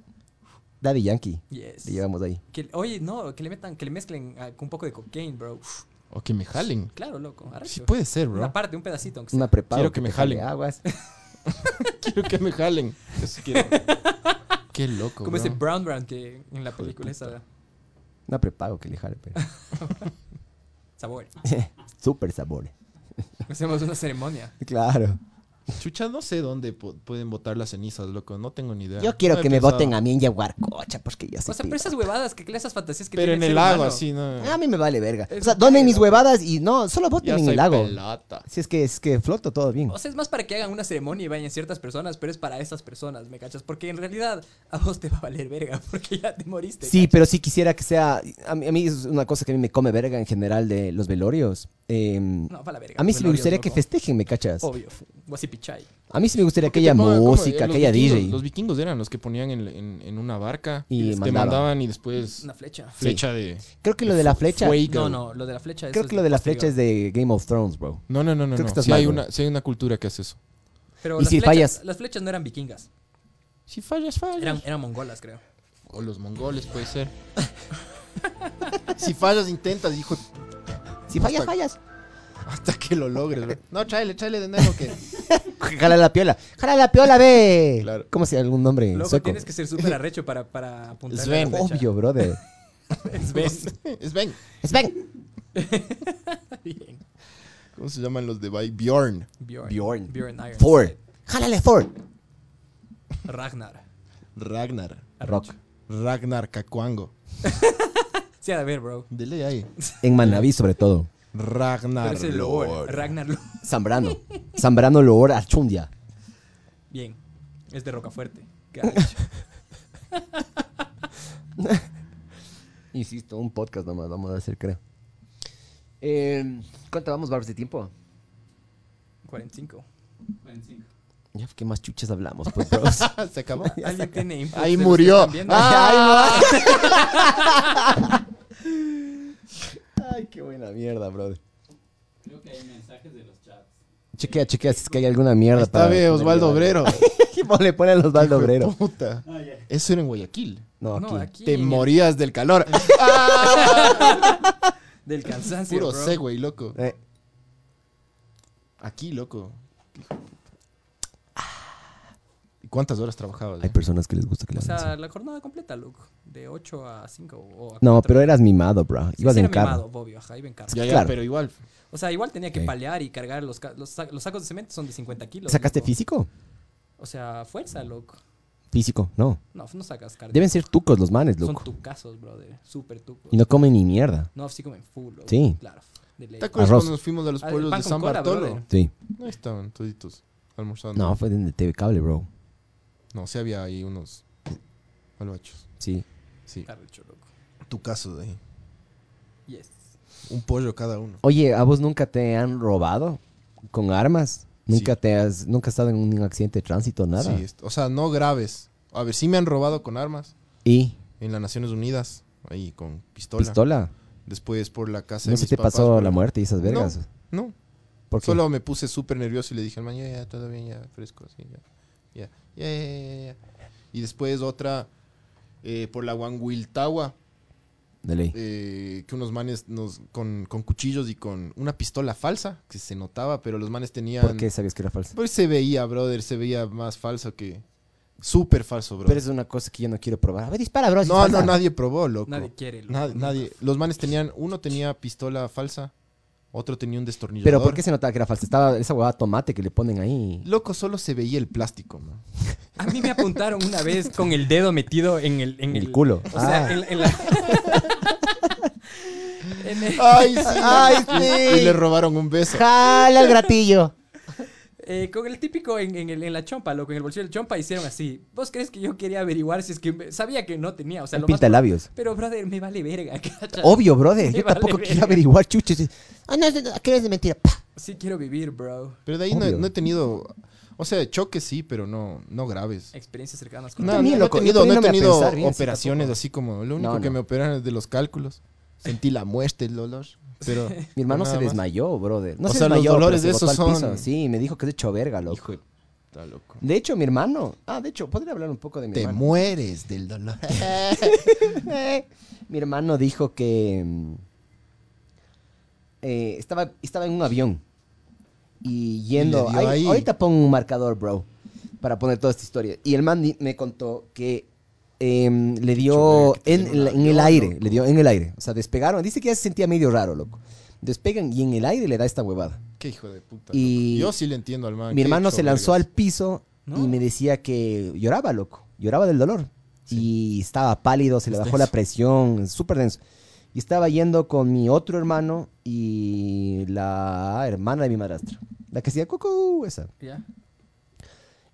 Daddy Yankee.
Yes.
Le llevamos ahí.
Que, oye, no, que le metan, que le mezclen ah, con un poco de cocaine, bro. Uf,
O que me jalen.
claro, loco. arrecho.
Sí puede ser, bro.
Una parte, un pedacito, aunque sea.
Una prepago.
Quiero que me
te jale
jalen.
Aguas.
Quiero que me jalen. Eso quiero. Qué loco,
Como
bro.
ese brown brown que en la película esa
Una prepago que le jale, pero...
sabor.
Súper sabor.
Hacemos una ceremonia.
Claro.
Chucha, no sé dónde po- pueden botar las cenizas, loco. No tengo ni idea.
Yo quiero
No he
que me
pensado.
voten a mí en Yaguarcocha,
pues,
porque yo soy
O sea, pero
pipa.
esas huevadas, que esas fantasías que
Pero en
tiene
el
ser
lago,
humano.
así, ¿no?
Ah,
A mí me vale verga.
Es
O sea,
un
donen
pedo.
mis huevadas y no, solo voten
Ya
en
soy
el lago.
pelota.
Si es que es que floto todo bien.
O sea, es más para que hagan una ceremonia y vayan ciertas personas, pero es para esas personas, ¿me cachas? Porque en realidad a vos te va a valer verga, porque ya te moriste.
Sí,
¿cachas?
pero sí quisiera que sea. A mí, a mí es una cosa que a mí me come verga en general de los velorios. Eh,
No, para la verga.
a mí sí me
Velorios,
gustaría que
loco.
festejen, ¿me cachas?
Obvio, guasipichay.
A mí sí me gustaría
Que
aquella
te pongan como-
música,
eh, los
aquella
vikingos-
DJ.
Los vikingos eran los que ponían en, en- en una barca
Y
les- te
mandaban.
mandaban y después
Una flecha.
flecha de.
Creo que lo de la flecha.
Fuego.
No, no, lo de la flecha. eso
Creo
es
que lo de la
posterior.
flecha es de Game of Thrones, bro.
No, no, no, no.
Creo que
no.
estás
Sí
mal,
hay,
bro.
una, sí hay una cultura que hace eso.
Pero
Y
las
si
flechas-
fallas.
Las flechas no eran vikingas,
Si fallas, fallas.
eran, eran mongolas, creo.
O los mongoles, puede ser.
Si fallas, intentas, hijo.
Si fallas, fallas.
Hasta que lo logres, bro. No, tráele, tráele de nuevo que.
Jala la piola. Jala la piola, ve.
Claro.
¿Cómo se llama algún nombre?
Luego
sueco?
tienes que ser súper arrecho para, para apuntar.
Sven.
Obvio, brother.
Es Ben.
Sven.
Bien.
¿Cómo se llaman los de Bay? Bjorn.
Bjorn.
Bjorn.
Bjorn Irons.
Ford.
Jálale, Ford.
Ragnar.
Ragnar.
Rock.
Ragnar Cacuango.
Sí, a ver, bro.
Dele ahí.
En Manaví, sobre todo.
Pero
Ragnar.
es el Lord. Ragnar Lord.
Zambrano. Zambrano Loor Archundia.
Bien. Es de Rocafuerte. Qué arrecho.
Insisto, un podcast nomás vamos a hacer, creo. Eh, ¿Cuánto vamos, Barbs, de tiempo?
45.
Ya, ¿qué más chuches hablamos, pues, bros?
se acabó.
Alguien tiene input
Ahí
de los que
murió.
están viendo.
Ah, ahí murió.
Ay, qué buena mierda, brother. Creo que hay mensajes de los chats. Chequea, chequea si es que hay alguna mierda.
Está bien, Osvaldo Obrero.
Le pone a Osvaldo
Hijo de
Obrero.
Puta. Eso era en Guayaquil.
No, aquí.
No, aquí.
Te
en el-
morías del calor.
Del cansancio.
Puro
bro.
C, güey, loco.
Eh,
Aquí, loco. ¿Y cuántas horas trabajabas?
hay
eh?
personas que les gusta que
O
les
sea, la jornada completa, loco. De 8 a 5. O a
No,
cuatro.
pero eras mimado, bro.
Sí,
Ibas
sí
en
era mimado,
carro.
obvio. Ajá, iba en carro.
Ya, ya,
claro.
pero igual.
O sea, igual tenía que
Ok.
palear y cargar los, ca- los, sa- los sacos de cemento son de 50 kilos.
¿Sacaste
loco.
físico?
O sea, fuerza, loco.
Físico, no.
No, no sacas cardio.
Deben ser tucos los manes,
Son
loco.
tucazos, brother. Súper tucos.
Y no comen ni mierda.
No, sí comen full, loco.
Sí.
Claro. De ley.
¿Te acuerdas
Arroz.
cuando nos fuimos a los
Ah, el
pueblos
pan
de
con
San
cola,
Bartolo?
brother.
Sí.
No estaban toditos almorzando.
No, fue de TV Cable, bro.
No, sí había ahí unos albachos.
Sí.
Sí.
Está recho, loco.
Tu caso de ahí.
Yes.
Un pollo cada uno.
Oye, ¿a vos nunca te han robado con armas? ¿Nunca
Sí.
te has... ¿Nunca has estado en un accidente de tránsito, nada?
Sí, est- o sea, no graves. A ver, sí me han robado con armas
¿Y?
en las Naciones Unidas, ahí con pistola.
¿Pistola?
Después por la casa
¿No
de
se
mis
te
papás,
pasó
por-
la muerte y esas vergas?
No,
¿Por qué?
solo me puse súper nervioso y le dije al man, ya, ya, todo bien, ya, fresco, así, ya. Ya, ya, ya, ya, ya. Y después otra eh, por la Huanguiltagua,
De ley.
eh, que unos manes nos, con, con cuchillos y con una pistola falsa, que se notaba, pero los manes tenían...
¿Por qué sabías que era falso?
Pues se veía, brother, se veía más falso que... Súper falso, brother.
Pero es una cosa que yo no quiero probar. A ver, dispara, bro. si
No,
falta.
no, nadie probó, loco.
Nadie quiere, loco.
Nad-
Nunca.
nadie. Los manes tenían, uno tenía pistola falsa, otro tenía un destornillador.
Pero ¿por qué se notaba que era falsa? Estaba esa huevada tomate que le ponen ahí.
Loco, solo se veía el plástico, man.
A mí me apuntaron una vez con el dedo metido en el... En
En
el,
el culo.
O sea,
Ah.
en, en la... en el-
¡Ay, sí! Y, y le robaron un beso.
Jala el gratillo.
Eh, con el típico en, en el- en la chompa, loco, en el bolsillo de la chompa hicieron así. ¿Vos crees que yo quería averiguar si es que me- sabía que no tenía? O sea,
Un
lo más
pintalabios.
prob- Pero, brother, me vale verga, ¿cachas?
Obvio, brother.
Me
Yo
vale
tampoco quiero
verga.
averiguar chuches.
Ah, no, no, no, que eres de mentira. Pa.
Sí quiero vivir, bro.
Pero de ahí no,
Obvio.
no he tenido... O sea, choques sí, pero no, no graves.
Experiencias cercanas con
No,
también,
no he
loco, Eh, yo
tenido, no he
poniéndome a
tenido
pensar bien, sí,
operaciones
tampoco.
así como... Lo único
No,
que
no.
me operan es de los cálculos. Sentí la muerte, el dolor. Pero
Mi hermano se
nada más.
desmayó, brother. No
O
se
sea, los
desmayó, pero
dolores
se
de
botó
esos
al
son-
piso. Sí, me dijo que es hecho verga, loco.
Hijo de... Está loco.
De hecho, mi hermano. Ah, de hecho, podría hablar un poco de mi
Te
hermano.
mueres del dolor.
Mi hermano dijo que mm, eh, estaba, estaba en un avión y yendo.
dio
Ay,
ahí.
Ahorita pongo un marcador, bro, para poner toda esta historia. Y el man di- me contó que em, le dio
Chuta, que te
en,
dio un
la- en el
avión,
aire,
loco.
le dio en el aire. O sea, despegaron. Dice que ya se sentía medio raro, loco. Despegan y en el aire le da esta huevada.
Qué hijo de puta.
Y-
loco. Yo sí le entiendo al man.
Mi
Ah, qué
hermano
hecho
se lanzó
vergas.
al piso
No.
y me decía que lloraba, loco. Lloraba del dolor. Y estaba pálido, se le bajó la presión, súper denso. Y estaba yendo con mi otro hermano y la hermana de mi madrastra. La que hacía cucú, esa.
Ya.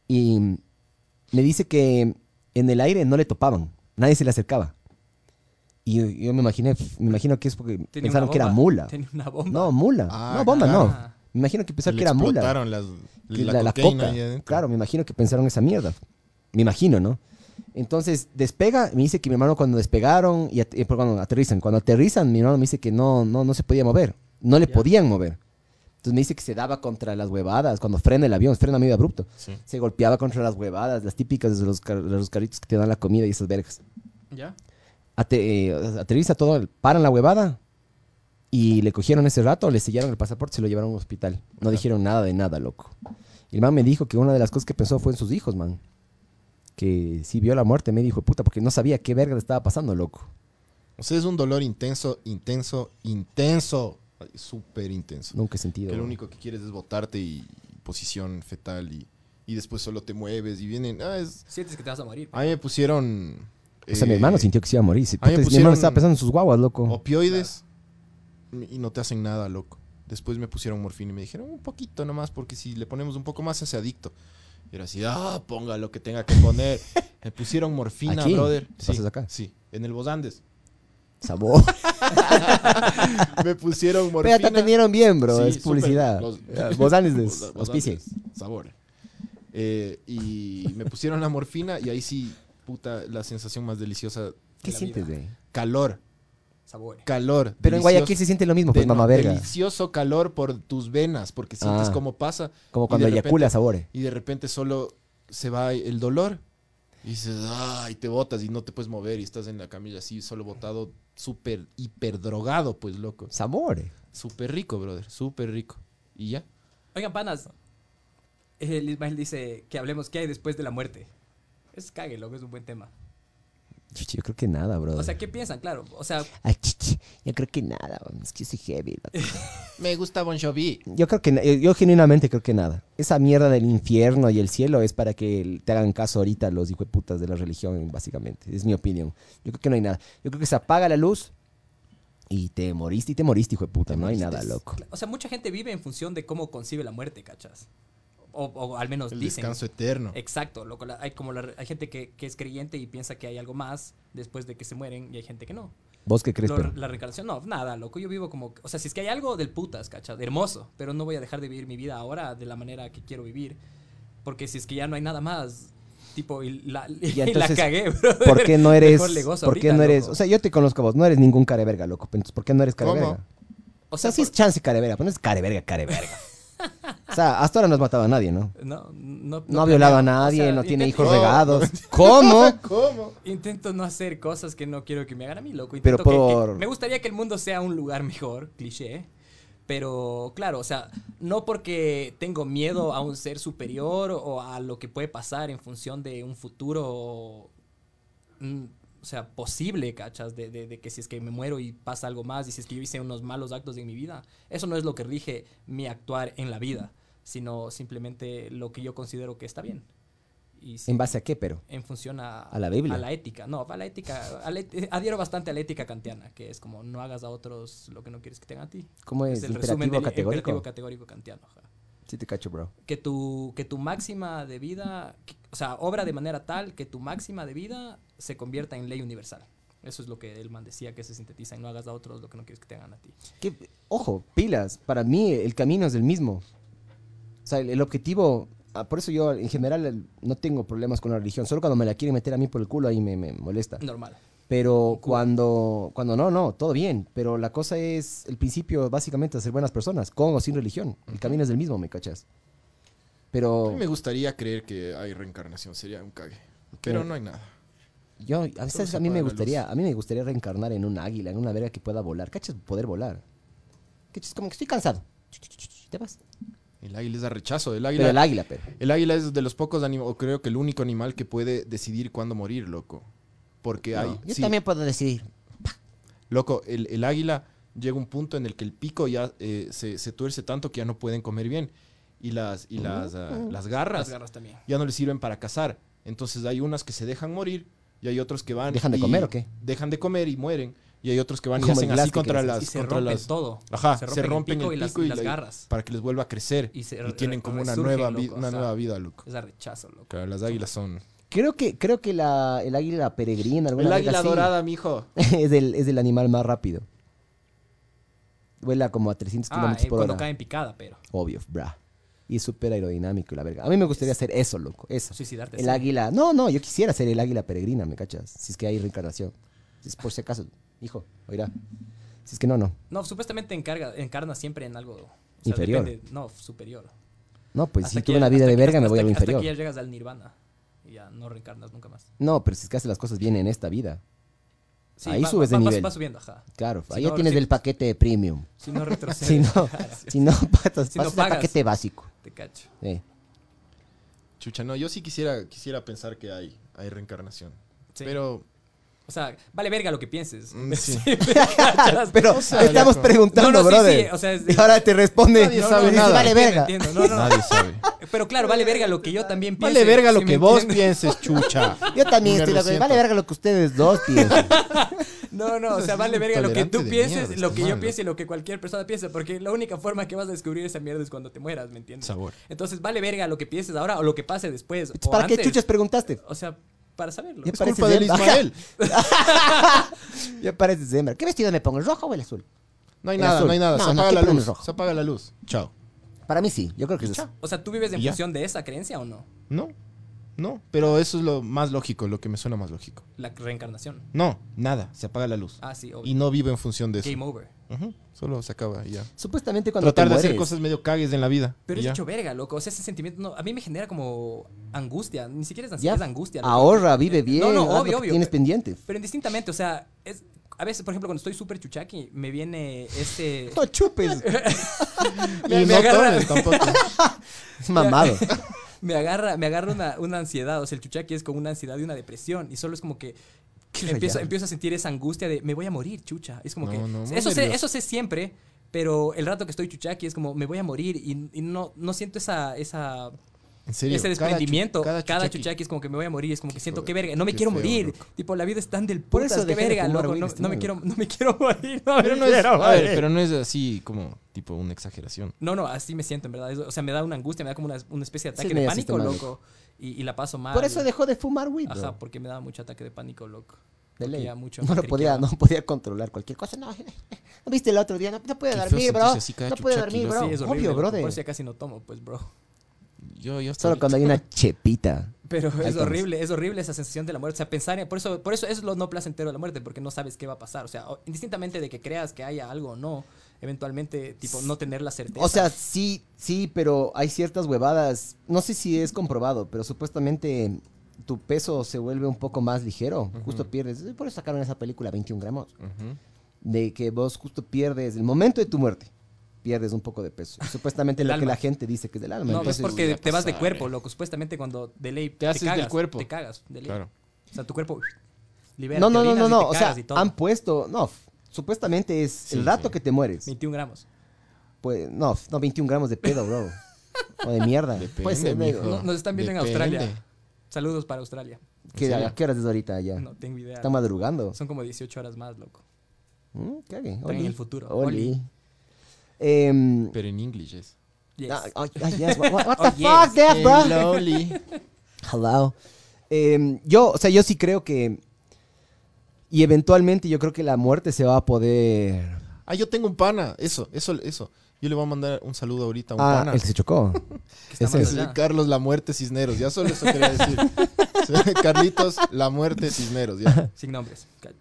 Y me dice que en el aire no le topaban, nadie se le acercaba. Y yo, yo me imaginé, me imagino que es porque
Tenía
pensaron
una
que era
bomba.
mula.
Tenía una bomba.
No, mula.
Ah,
no, bomba,
claro.
no. Me imagino que pensaron
Le
que era mula
explotaron las,
que
la,
la, la
cocaína
coca.
ahí adentro.
Claro, me imagino que pensaron esa mierda. Me imagino, ¿no? Entonces despega, me dice que mi hermano cuando despegaron y at- eh, perdón, cuando aterrizan, cuando aterrizan mi hermano me dice que no no no se podía mover, no le
Ya.
podían mover. Entonces me dice que se daba contra las huevadas cuando frena el avión, frena medio abrupto. Se golpeaba contra las huevadas, las típicas de los, car- de los carritos que te dan la comida y esas vergas.
Ya.
Ate- eh, aterriza todo, paran la huevada y le cogieron ese rato, le sellaron el pasaporte, se lo llevaron a un hospital. No dijeron nada de nada, loco. Y el man me dijo que una de las cosas que pensó fue en sus hijos, man. Que si vio la muerte, me dijo, puta, porque no sabía qué verga le estaba pasando, loco.
O sea, es un dolor intenso, intenso, intenso. Ay, Súper intenso.
Nunca he sentido.
Que lo único que quieres es botarte y posición fetal y, y después solo te mueves y vienen. Ah, es,
Sientes que te vas a morir.
a mí me pusieron.
O sea, mi
eh,
hermano sintió que se iba a morir. Si-
a mí me
puta, Mi
pusieron- Oh.
hermano estaba pensando en sus guaguas, loco.
opioides y no te hacen nada, loco. Después me pusieron morfina y me dijeron un poquito nomás, porque si le ponemos un poco más se hace adicto. Y era así, ah, ponga lo que tenga que poner. me pusieron morfina,
¿Aquí?
brother.
¿Te pasas acá?
Sí, en el Bos Andes.
Sabor.
Me pusieron
Pero te
morfina.
atendieron bien, bro.
Sí,
es
súper.
publicidad.
Los-
Eh, Vos danes de
Bos- Bos
auspicien.
Andes, Sabor. Eh, y me pusieron la morfina y ahí sí, puta, la sensación más deliciosa.
¿Qué
la
sientes,
vida.
güey?
Calor,
Sabores.
calor.
Pero en
delicioso.
Guayaquil se siente lo mismo, pues,
de-
mamá verga.
Delicioso calor por tus venas, porque sientes
Ah.
cómo pasa
Como
y
cuando
de
eyacula
repente-
sabores.
y de repente solo se va el dolor. Y dices, ay, te botas y no te puedes mover y estás en la camilla así, solo botado, súper, hiper drogado, pues loco.
Sabores.
Súper rico, brother, súper rico. Y ya.
Oigan, panas. eh, El Ismael dice que hablemos qué hay después de la muerte. Es cague, loco, es un buen tema.
Chuchi, Yo creo que nada, bro.
O sea, ¿qué piensan? Claro. O sea,
Ay, chichi, yo creo que nada, bro. es que yo soy heavy. loco.
Me gusta Bon Jovi.
Yo creo que, na- yo, yo genuinamente creo que nada. Esa mierda del infierno y el cielo es para que el- te hagan caso ahorita los hijueputas de la religión, básicamente. Es mi opinión. Yo creo que no hay nada. Yo creo que se apaga la luz y te moriste y te moriste, hijueputa. No hay nada, loco.
pues, o sea, mucha gente vive en función de cómo concibe la muerte, ¿cachas? O, o al menos
El
dicen.
descanso eterno.
Exacto, loco. la- hay como la- hay gente que, que es creyente y piensa que hay algo más después de que se mueren y hay gente que no.
¿Vos qué crees,
Lo-
pero?
la reencarnación, no, nada, loco. Yo vivo como, o sea, si es que hay algo del putas, ¿cachas? Hermoso, pero no voy a dejar de vivir mi vida ahora de la manera que quiero vivir, porque si es que ya no hay nada más, tipo, y la, y la
entonces,
cagué, bro.
¿Por qué no eres?
Mejor le gozo
¿Por qué
ahorita,
no eres?
loco.
O sea, yo te conozco a vos. No eres ningún careverga, loco. Entonces, ¿por qué no eres
¿Cómo?
careverga?
O
O sea,
sea,
sí es chance careverga, pero no es careverga, careverga. o sea, hasta ahora no has matado a nadie, ¿no?
por- no, no,
No ha violado a
planeo, o
nadie,
sea,
no tiene
intento-
hijos regados. ¿Cómo?
¿Cómo?
Intento no hacer cosas que no quiero que me hagan a mí, loco.
Pero
Intento que- que-
por-
me gustaría que el mundo sea un lugar mejor, cliché. Pero claro, o sea, no porque tengo miedo a un ser superior o a lo que puede pasar en función de un futuro, mm, o sea, posible, ¿cachas? De, de- de que si es que me muero y pasa algo más y si es que yo hice unos malos actos en mi vida. Eso no es lo que rige mi actuar en la vida, sino simplemente lo que yo considero que está bien. Y si-
¿En base a qué, pero?
en función a,
A la Biblia.
a la ética. No, a la ética. a la et- adhiero bastante a la ética kantiana, que es como no hagas a otros lo que no quieres que te hagan a ti.
¿Cómo es?
es el resumen
¿Imperativo
del
categórico?
imperativo categórico kantiano. ajá.
Sí te cacho, bro.
Que tu, que tu máxima de vida, que- o sea, obra de manera tal que tu máxima de vida se convierta en ley universal. Eso es lo que el man decía que se sintetiza en no hagas a otros lo que no quieres que te hagan a ti.
Que- Ojo, pilas. Para mí el camino es el mismo. O sea, el, el objetivo... ah, Por eso yo, en general, el- no tengo problemas con la religión. Solo cuando me la quieren meter a mí por el culo, ahí me, me molesta.
Normal.
Pero cuando, cuando no, no, todo bien. Pero la cosa es, el principio básicamente es ser buenas personas, con o sin religión. El camino es el mismo, ¿me cachas?
A
Pero
mí me gustaría creer que hay reencarnación, sería un cague. Pero no hay nada.
yo, a veces
se
a mí
apaga
me
la luz.
gustaría, a mí me gustaría reencarnar en un águila, en una verga que pueda volar. ¿Cachas? Poder volar. ¿Cachas? Como que estoy cansado. Te vas.
El águila es a rechazo. El águila,
Pero el águila, pero.
El águila es de los pocos animales, o creo que el único animal que puede decidir cuándo morir, loco. Porque hay.
Yo
sí,
también puedo decidir.
Loco, el, el águila llega un punto en el que el pico ya eh, se, se tuerce tanto que ya no pueden comer bien. Y las, y las, ah, las
Las
garras
garras también.
ya no les sirven para cazar. Entonces hay unas que se dejan morir y hay otros que van.
¿Dejan de
y
comer o qué?
Dejan de comer y mueren. Y hay otros que van y
Como
hacen
el
así
Elastic
contra
Elastic.
las.
Y se
contra
rompe
las-
todo.
Ajá,
se
se
rompen
rompen,
el pico y
el
las-
pico
y
y,
las
la-
garras.
Para que les vuelva a crecer.
Y
Y,
se re-
tienen
re-
como una
resurgen,
nueva, vi-
loco,
una
o sea.
nueva vida, loco.
Es arrechazo, loco. Ah,
Claro, las águilas son.
Creo que, creo que la, el águila peregrina, alguna verga así,
mijo.
es, el, es el animal más rápido. Vuela como a 300
Ah,
kilómetros
eh,
por
cuando
hora.
cae en picada, pero.
Obvio, bra. Y es súper aerodinámico y la verga. A mí me gustaría hacer eso, loco. Eso.
Suicidarte.
El
sí.
águila. No, no, yo quisiera ser el águila peregrina, ¿me cachas? Si es que hay reencarnación. Si es por si acaso, hijo, oirá. Si es que no, no.
No, supuestamente encarga, encarna siempre en algo. o sea,
Inferior.
depende- no, superior.
No, pues
Hasta
si
que
tuve
ya-
una vida
hasta
de
que-
verga, me
hasta
voy a lo
que-
inferior.
Hasta que ya llegas al nirvana. Y ya no reencarnas nunca más.
No, pero si es que haces las cosas bien en esta vida.
Sí,
Ahí
va-
subes de
va- va-
nivel.
Va subiendo, ajá.
Claro,
Si
ahí
no,
ya tienes
si-
el paquete de premium.
Si no retrocedes.
Si no, si no, pasas,
Si no
pasas al
pagas.
paquete básico.
Te cacho.
Eh,
Chucha, no, yo sí quisiera, quisiera pensar que hay, hay reencarnación.
Sí.
Pero.
O sea, vale verga lo que pienses.
mm, sí.
Pero estamos
loco.
preguntando,
No, no, sí,
brother.
sí, o sea, es-
y ahora te responde.
Nadie sabe
dice,
nada.
Vale, verga.
Entiendo, entiendo. No, no.
Nadie sabe.
Pero claro, vale verga lo que yo también pienso.
Vale verga lo que vos pienses, chucha.
Yo también
Me
estoy de acuerdo.
resiento.
Vale, verga, lo que ustedes dos piensan.
No, no, o sea, vale verga lo que
Intolerante
tú
de
pienses,
mierda,
lo
este
que yo
man,
piense y lo que cualquier persona piensa. Porque la única forma que vas a descubrir esa mierda es cuando te mueras, ¿me entiendes?
Sabor.
Entonces, vale verga lo que pienses ahora o lo que pase después. o
¿Para qué
antes.
chuchas preguntaste?
O sea, para saberlo.
Ya
Es
parece
culpa del
Zembra.
Ismael.
Ya pareces hembra. ¿Qué vestido me pongo? ¿El rojo o el azul?
No hay
El
nada,
azul.
no hay nada.
No,
se
no,
apaga
¿qué
la
pones
luz.
rojo?
Se apaga la luz. Chao.
Para mí sí, yo creo que es eso.
O sea, ¿tú vives en
Ya.
función de esa creencia o no?
No, no. Pero eso es lo más lógico, lo que me suena más lógico.
La reencarnación.
No, nada. Se apaga la luz.
Ah, sí,
Y
obvio.
no vivo en función de eso.
Game over.
Ujú, Solo se acaba y ya.
Supuestamente cuando
Tratar
te
de
mueres,
hacer cosas medio cagues en la vida.
Pero
y
es
ya.
hecho verga, loco. O sea, ese sentimiento no, a mí me genera como angustia. Ni siquiera es
ya,
ansiedad, es angustia. loco.
ahorra, vive bien,
no,
haz lo
obvio,
que
obvio,
tienes
pero-
pendiente.
Pero indistintamente, o sea, es, a veces, por ejemplo, cuando estoy súper chuchaqui, me viene este...
No chupes,
me,
Y
me
no
agarra,
tomes tampoco.
es mamado.
me agarra, me agarra una, una ansiedad. O sea, el chuchaqui es como una ansiedad y una depresión. Y solo es como que... Empiezo,
rayado.
empiezo a sentir esa angustia de me voy a morir, chucha. Es como
No,
que...
no, muy
eso, sé,
nervioso.
eso sé siempre, pero el rato que estoy chuchaqui es como me voy a morir y, y no, no siento esa... esa
En serio.
ese
cada chu-
desprendimiento, cada,
chuchaqui-
chuchaqui es como que me voy a morir, es como que siento
feo,
que verga, no me
qué
quiero
feo,
morir,
loco.
tipo la vida es tan del putas,
eso
qué
dejé de
verga,
fumar
loco,
weed,
no,
este
no me
man,
quiero, no me quiero morir, no,
Pero no, es, a ver, pero no es así como tipo una exageración.
No, no, así me siento, en verdad, es- o sea, me da una angustia, me da como una, una especie de
Sí,
ataque de
medio
pánico,
sistemático.
loco, y, y la paso mal.
Por eso dejó de fumar weed, bro.
Ah, Ajá, porque me daba mucho ataque de pánico, loco.
de
Porque
ley.
ya mucho
no
me
lo podía,
triqueaba.
no podía controlar cualquier cosa. No, ¿No viste el otro día, no, no pude
Qué feo
dormir, bro.
sentirse así cada
No pude
chuchaqui,
dormir,
¿no?
bro.
Sí, es horrible,
Obvio,
loco,
brother.
Por eso ya casi no tomo, pues, bro.
Yo, yo
Solo cuando hay una chepita.
Pero es
estamos.
horrible, es horrible esa sensación de la muerte. O sea, pensar en. Por eso, por eso es lo no placentero de la muerte, porque no sabes qué va a pasar. O sea, o- indistintamente de que creas que haya algo o no, eventualmente, tipo, no tener la certeza.
O sea, sí, sí, pero hay ciertas huevadas. No sé si es comprobado, pero supuestamente tu peso se vuelve un poco más ligero. Justo pierdes. eh, Por eso sacaron esa película 21 gramos. De que vos justo pierdes el momento de tu muerte. Pierdes un poco de peso. Y supuestamente
Del
lo que
alma.
la gente dice que es del alma.
no, es
Entonces,
porque te vas de cuerpo, loco. Supuestamente cuando de ley te,
haces del
cagas,
cuerpo.
Te cagas, de ley.
Claro.
O sea, tu cuerpo libera.
No,
te
no, no, no,
orinas y
no.
te
O sea,
cagas y todo.
han puesto. No, f- supuestamente es el rato que te mueres.
21 gramos.
Pues, no, f- no, 21 gramos de pedo, bro. o de mierda. Puede ser,
mijo.
nego.
No- Nos están viendo en
Depende.
Australia. Saludos para Australia.
¿Qué,
serio?
¿A qué horas es ahorita allá?
No tengo idea.
Está madrugando.
Son como 18 horas más, loco.
Mm, cague,
Están en
oli,
el futuro.
oli.
Oli.
Em,
Pero en inglés es.
Yes.
ah, oh, ah, yes, What, what- what
Oh,
the fuck, that, bro?
Loli.
Hello. Em, yo, o sea, yo sí creo que. Y eventualmente yo creo que la muerte se va a poder.
Ah, yo tengo un pana. Eso, eso, eso. Yo le voy a mandar un saludo ahorita a un
Ah,
pana.
el que se chocó.
que está
ese
más
Es
allá.
Carlos La Muerte Cisneros. Ya solo eso quería decir. Carlitos La Muerte Cisneros. Ya.
Sin nombres. Cacho.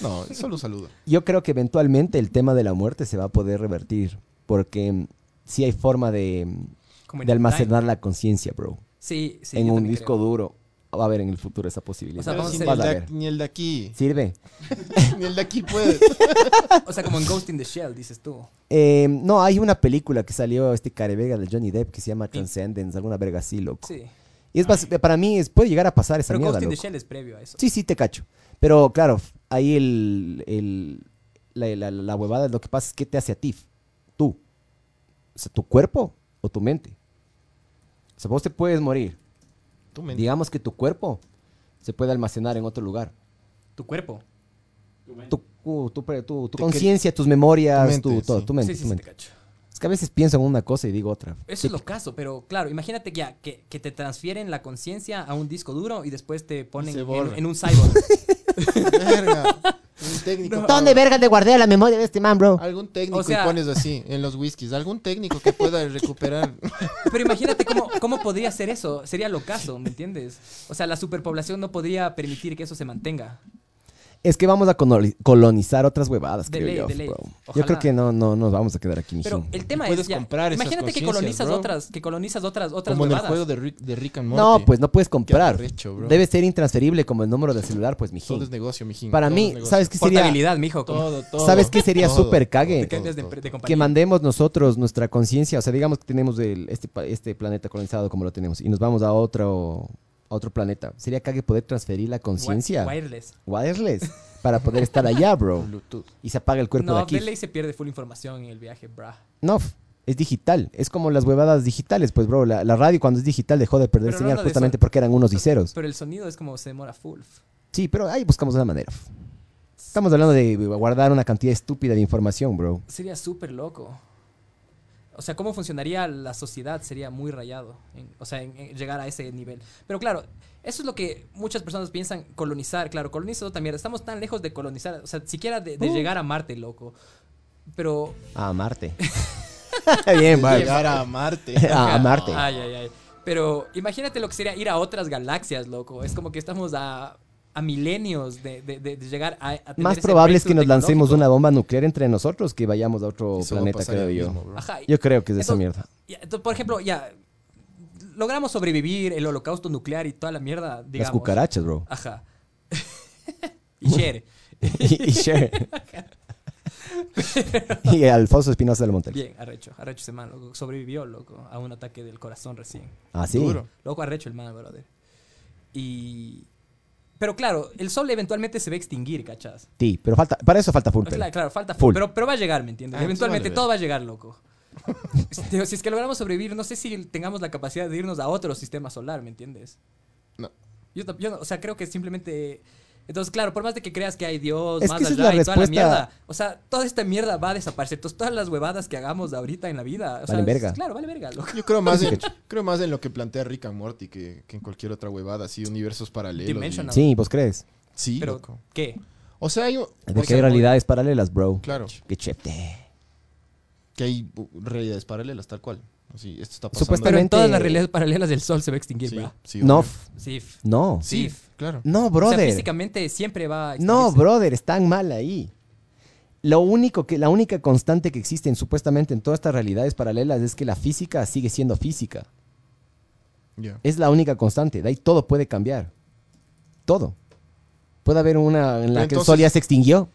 No, solo un saludo.
Yo creo que eventualmente el tema de la muerte se va a poder revertir. Porque mm, sí hay forma de, em,
Como en
de
el
almacenar la conciencia, bro.
Sí, sí.
en
yo
un
también
disco
creo.
duro. Va a haber en el futuro esa posibilidad.
O sea, vamos a
Pero si
Vas
ni, el
hacer-
a
de,
ver.
ni el de aquí.
Sirve.
Ni el de aquí puede.
O sea, como en Ghost in the Shell, dices tú.
Eh, no, hay una película que salió este carevega de Johnny Depp que se llama Transcendence, alguna verga así, loco.
Sí.
Y es bas- para mí es, puede llegar a pasar esa
Pero
mierda,
Ghost in the
loco.
Shell es previo a eso.
Sí, sí, te cacho. Pero claro, f- ahí el, el, la, la- la huevada, lo que pasa es que te hace a ti, tú. O sea, tu cuerpo o tu mente. O sea, vos te puedes morir.
Tú me
Digamos que tu cuerpo se puede almacenar en otro lugar.
Tu cuerpo.
Tu, cu- tu pre- tu- tu
Te cre-
conciencia, tus memorias,
mente,
tu, todo,
sí.
tu mente.
sí, sí,
tu
sí, te
mente.
cacho.
Es que a veces pienso en una cosa y digo otra.
Eso es lo caso, pero claro, imagínate que ya que, que te transfieren la conciencia a un disco duro y después te ponen
se
en,
borra.
en un cyborg.
Verga. Un técnico.
¿Dónde verga te guardé la memoria de este man, bro?
Algún técnico
O sea-
y pones así en los whiskies. Algún técnico que pueda recuperar.
pero imagínate cómo, cómo podría ser eso. Sería lo caso, ¿me entiendes? O sea, la superpoblación no podría permitir que eso se mantenga.
Es que vamos a coloni- colonizar otras huevadas,
De
creo
ley,
yo.
de ley.
bro. Yo
Ojalá.
creo que no, no nos vamos a quedar aquí,
Pero
mijín.
el tema
puedes
es ya,
comprar esas
imagínate que
conciencias,
colonizas
bro.
otras, que colonizas otras otras
Como en el
huevadas.
juego de Rick, de Rick and Morty.
No, pues no puedes comprar.
arrecho, bro.
Debe ser intransferible como el número del celular, pues,
Todo es
mijín.
negocio, mijín.
Para
todo es
mí,
negocio.
¿sabes qué sería?
Portabilidad, mijo. como-
Todo, todo.
¿Sabes qué sería
todo,
súper cague?
te cambias de,
todo,
de compañía.
Que mandemos nosotros nuestra conciencia, o sea, digamos que tenemos el- este, pa- este planeta colonizado como lo tenemos y nos vamos a otro, a otro planeta. Sería cague poder transferir la
Wi-
conciencia
Wireless.
wireless para poder estar allá, bro. Y se apaga el cuerpo de
No,
aquí.
Belay se pierde full información en el viaje, brah.
No, f- es digital. Es como las huevadas digitales, pues, bro. La, la radio cuando es digital dejó de perder
Pero no
señal
habla de
justamente
eso.
porque eran unos y ceros.
Pero el sonido es como se demora full.
Sí, pero ahí buscamos una manera. f. Estamos hablando de guardar una cantidad estúpida de información, bro.
Sería súper loco. O sea, cómo funcionaría la sociedad sería muy rayado. en- o sea, en, en llegar a ese nivel. Pero claro, eso es lo que muchas personas piensan colonizar. Claro, colonizar otra mierda. Estamos tan lejos de colonizar. O sea, siquiera de,
Uh.
de llegar a Marte, loco. Pero.
A Marte. Bien, vale.
Llegar a Marte.
A, a Marte.
Ay, ay, ay. Pero imagínate lo que sería ir a otras galaxias, loco. Es como que estamos a, a milenios de, de- de- de llegar a. a tener
Más
ese
probable es que nos
breakthrough
lancemos
tecnológico.
una bomba nuclear entre nosotros que vayamos a otro
Eso va a
Oh, planeta,
pasar
creo
ahí
yo.
mismo, bro.
Ajá, y-
Yo creo que es de esa
Entonces-
mierda.
Ya, entonces, por ejemplo, ya logramos sobrevivir el holocausto nuclear y toda la mierda, digamos.
Las cucarachas, bro.
Ajá. y Cher.
y, y Cher. y Alfonso Espinosa del Montel.
Bien, arrecho, arrecho ese man, loco. Sobrevivió, loco, a un ataque del corazón recién.
Ah, sí.
Duro.
Loco, arrecho el man, brother. Y... Pero claro, el sol eventualmente se va a extinguir, ¿cachas?
Sí, pero falta, para eso falta full.
Claro, claro, falta
Full.
Pero, pero va a llegar, ¿me entiendes?
Ah, entonces
Eventualmente
vale,
todo va a llegar, loco. Digo, si es que logramos sobrevivir, no sé si tengamos la capacidad de irnos a otro sistema solar, ¿me entiendes?
No.
Yo, tam- yo no- o sea, creo que simplemente... Entonces, claro, por más de que creas que hay Dios,
Es
más
que esa es
allá
la
y toda la
respuesta.
mierda, o sea, toda esta mierda va a desaparecer. Entonces, todas las huevadas que hagamos ahorita en la vida, o sea,
Valen verga.
es- claro, vale verga, loco.
Yo creo más, en, creo más en lo que plantea Rick and Morty que, que en cualquier otra huevada, así universos paralelos. y-
Dimensional.
Sí, ¿vos crees?
Sí,
Pero,
loco.
¿qué?
O sea, hay, un- o
Porque
sea,
hay realidades paralelas, bro.
Claro,
Qué chete.
que hay uh, realidades paralelas, tal cual. Así, esto está pasando.
Pero
Supuestamente-
en todas las realidades paralelas del sol se va a extinguir,
Sí,
¿verdad?
sí,
no,
obvio.
f-
Sí.
no.
Sí,
Sí, claro.
No,
O sea,
brother.
físicamente siempre va a
no,
extinguirse.
brother, están mal ahí. Lo único que, la única constante que existe en- supuestamente en todas estas realidades paralelas es que la física sigue siendo física.
Ya.
Es la única constante. De ahí todo puede cambiar. Todo. Puede haber una en la
Pero
que el
entonces-
sol ya se extinguió.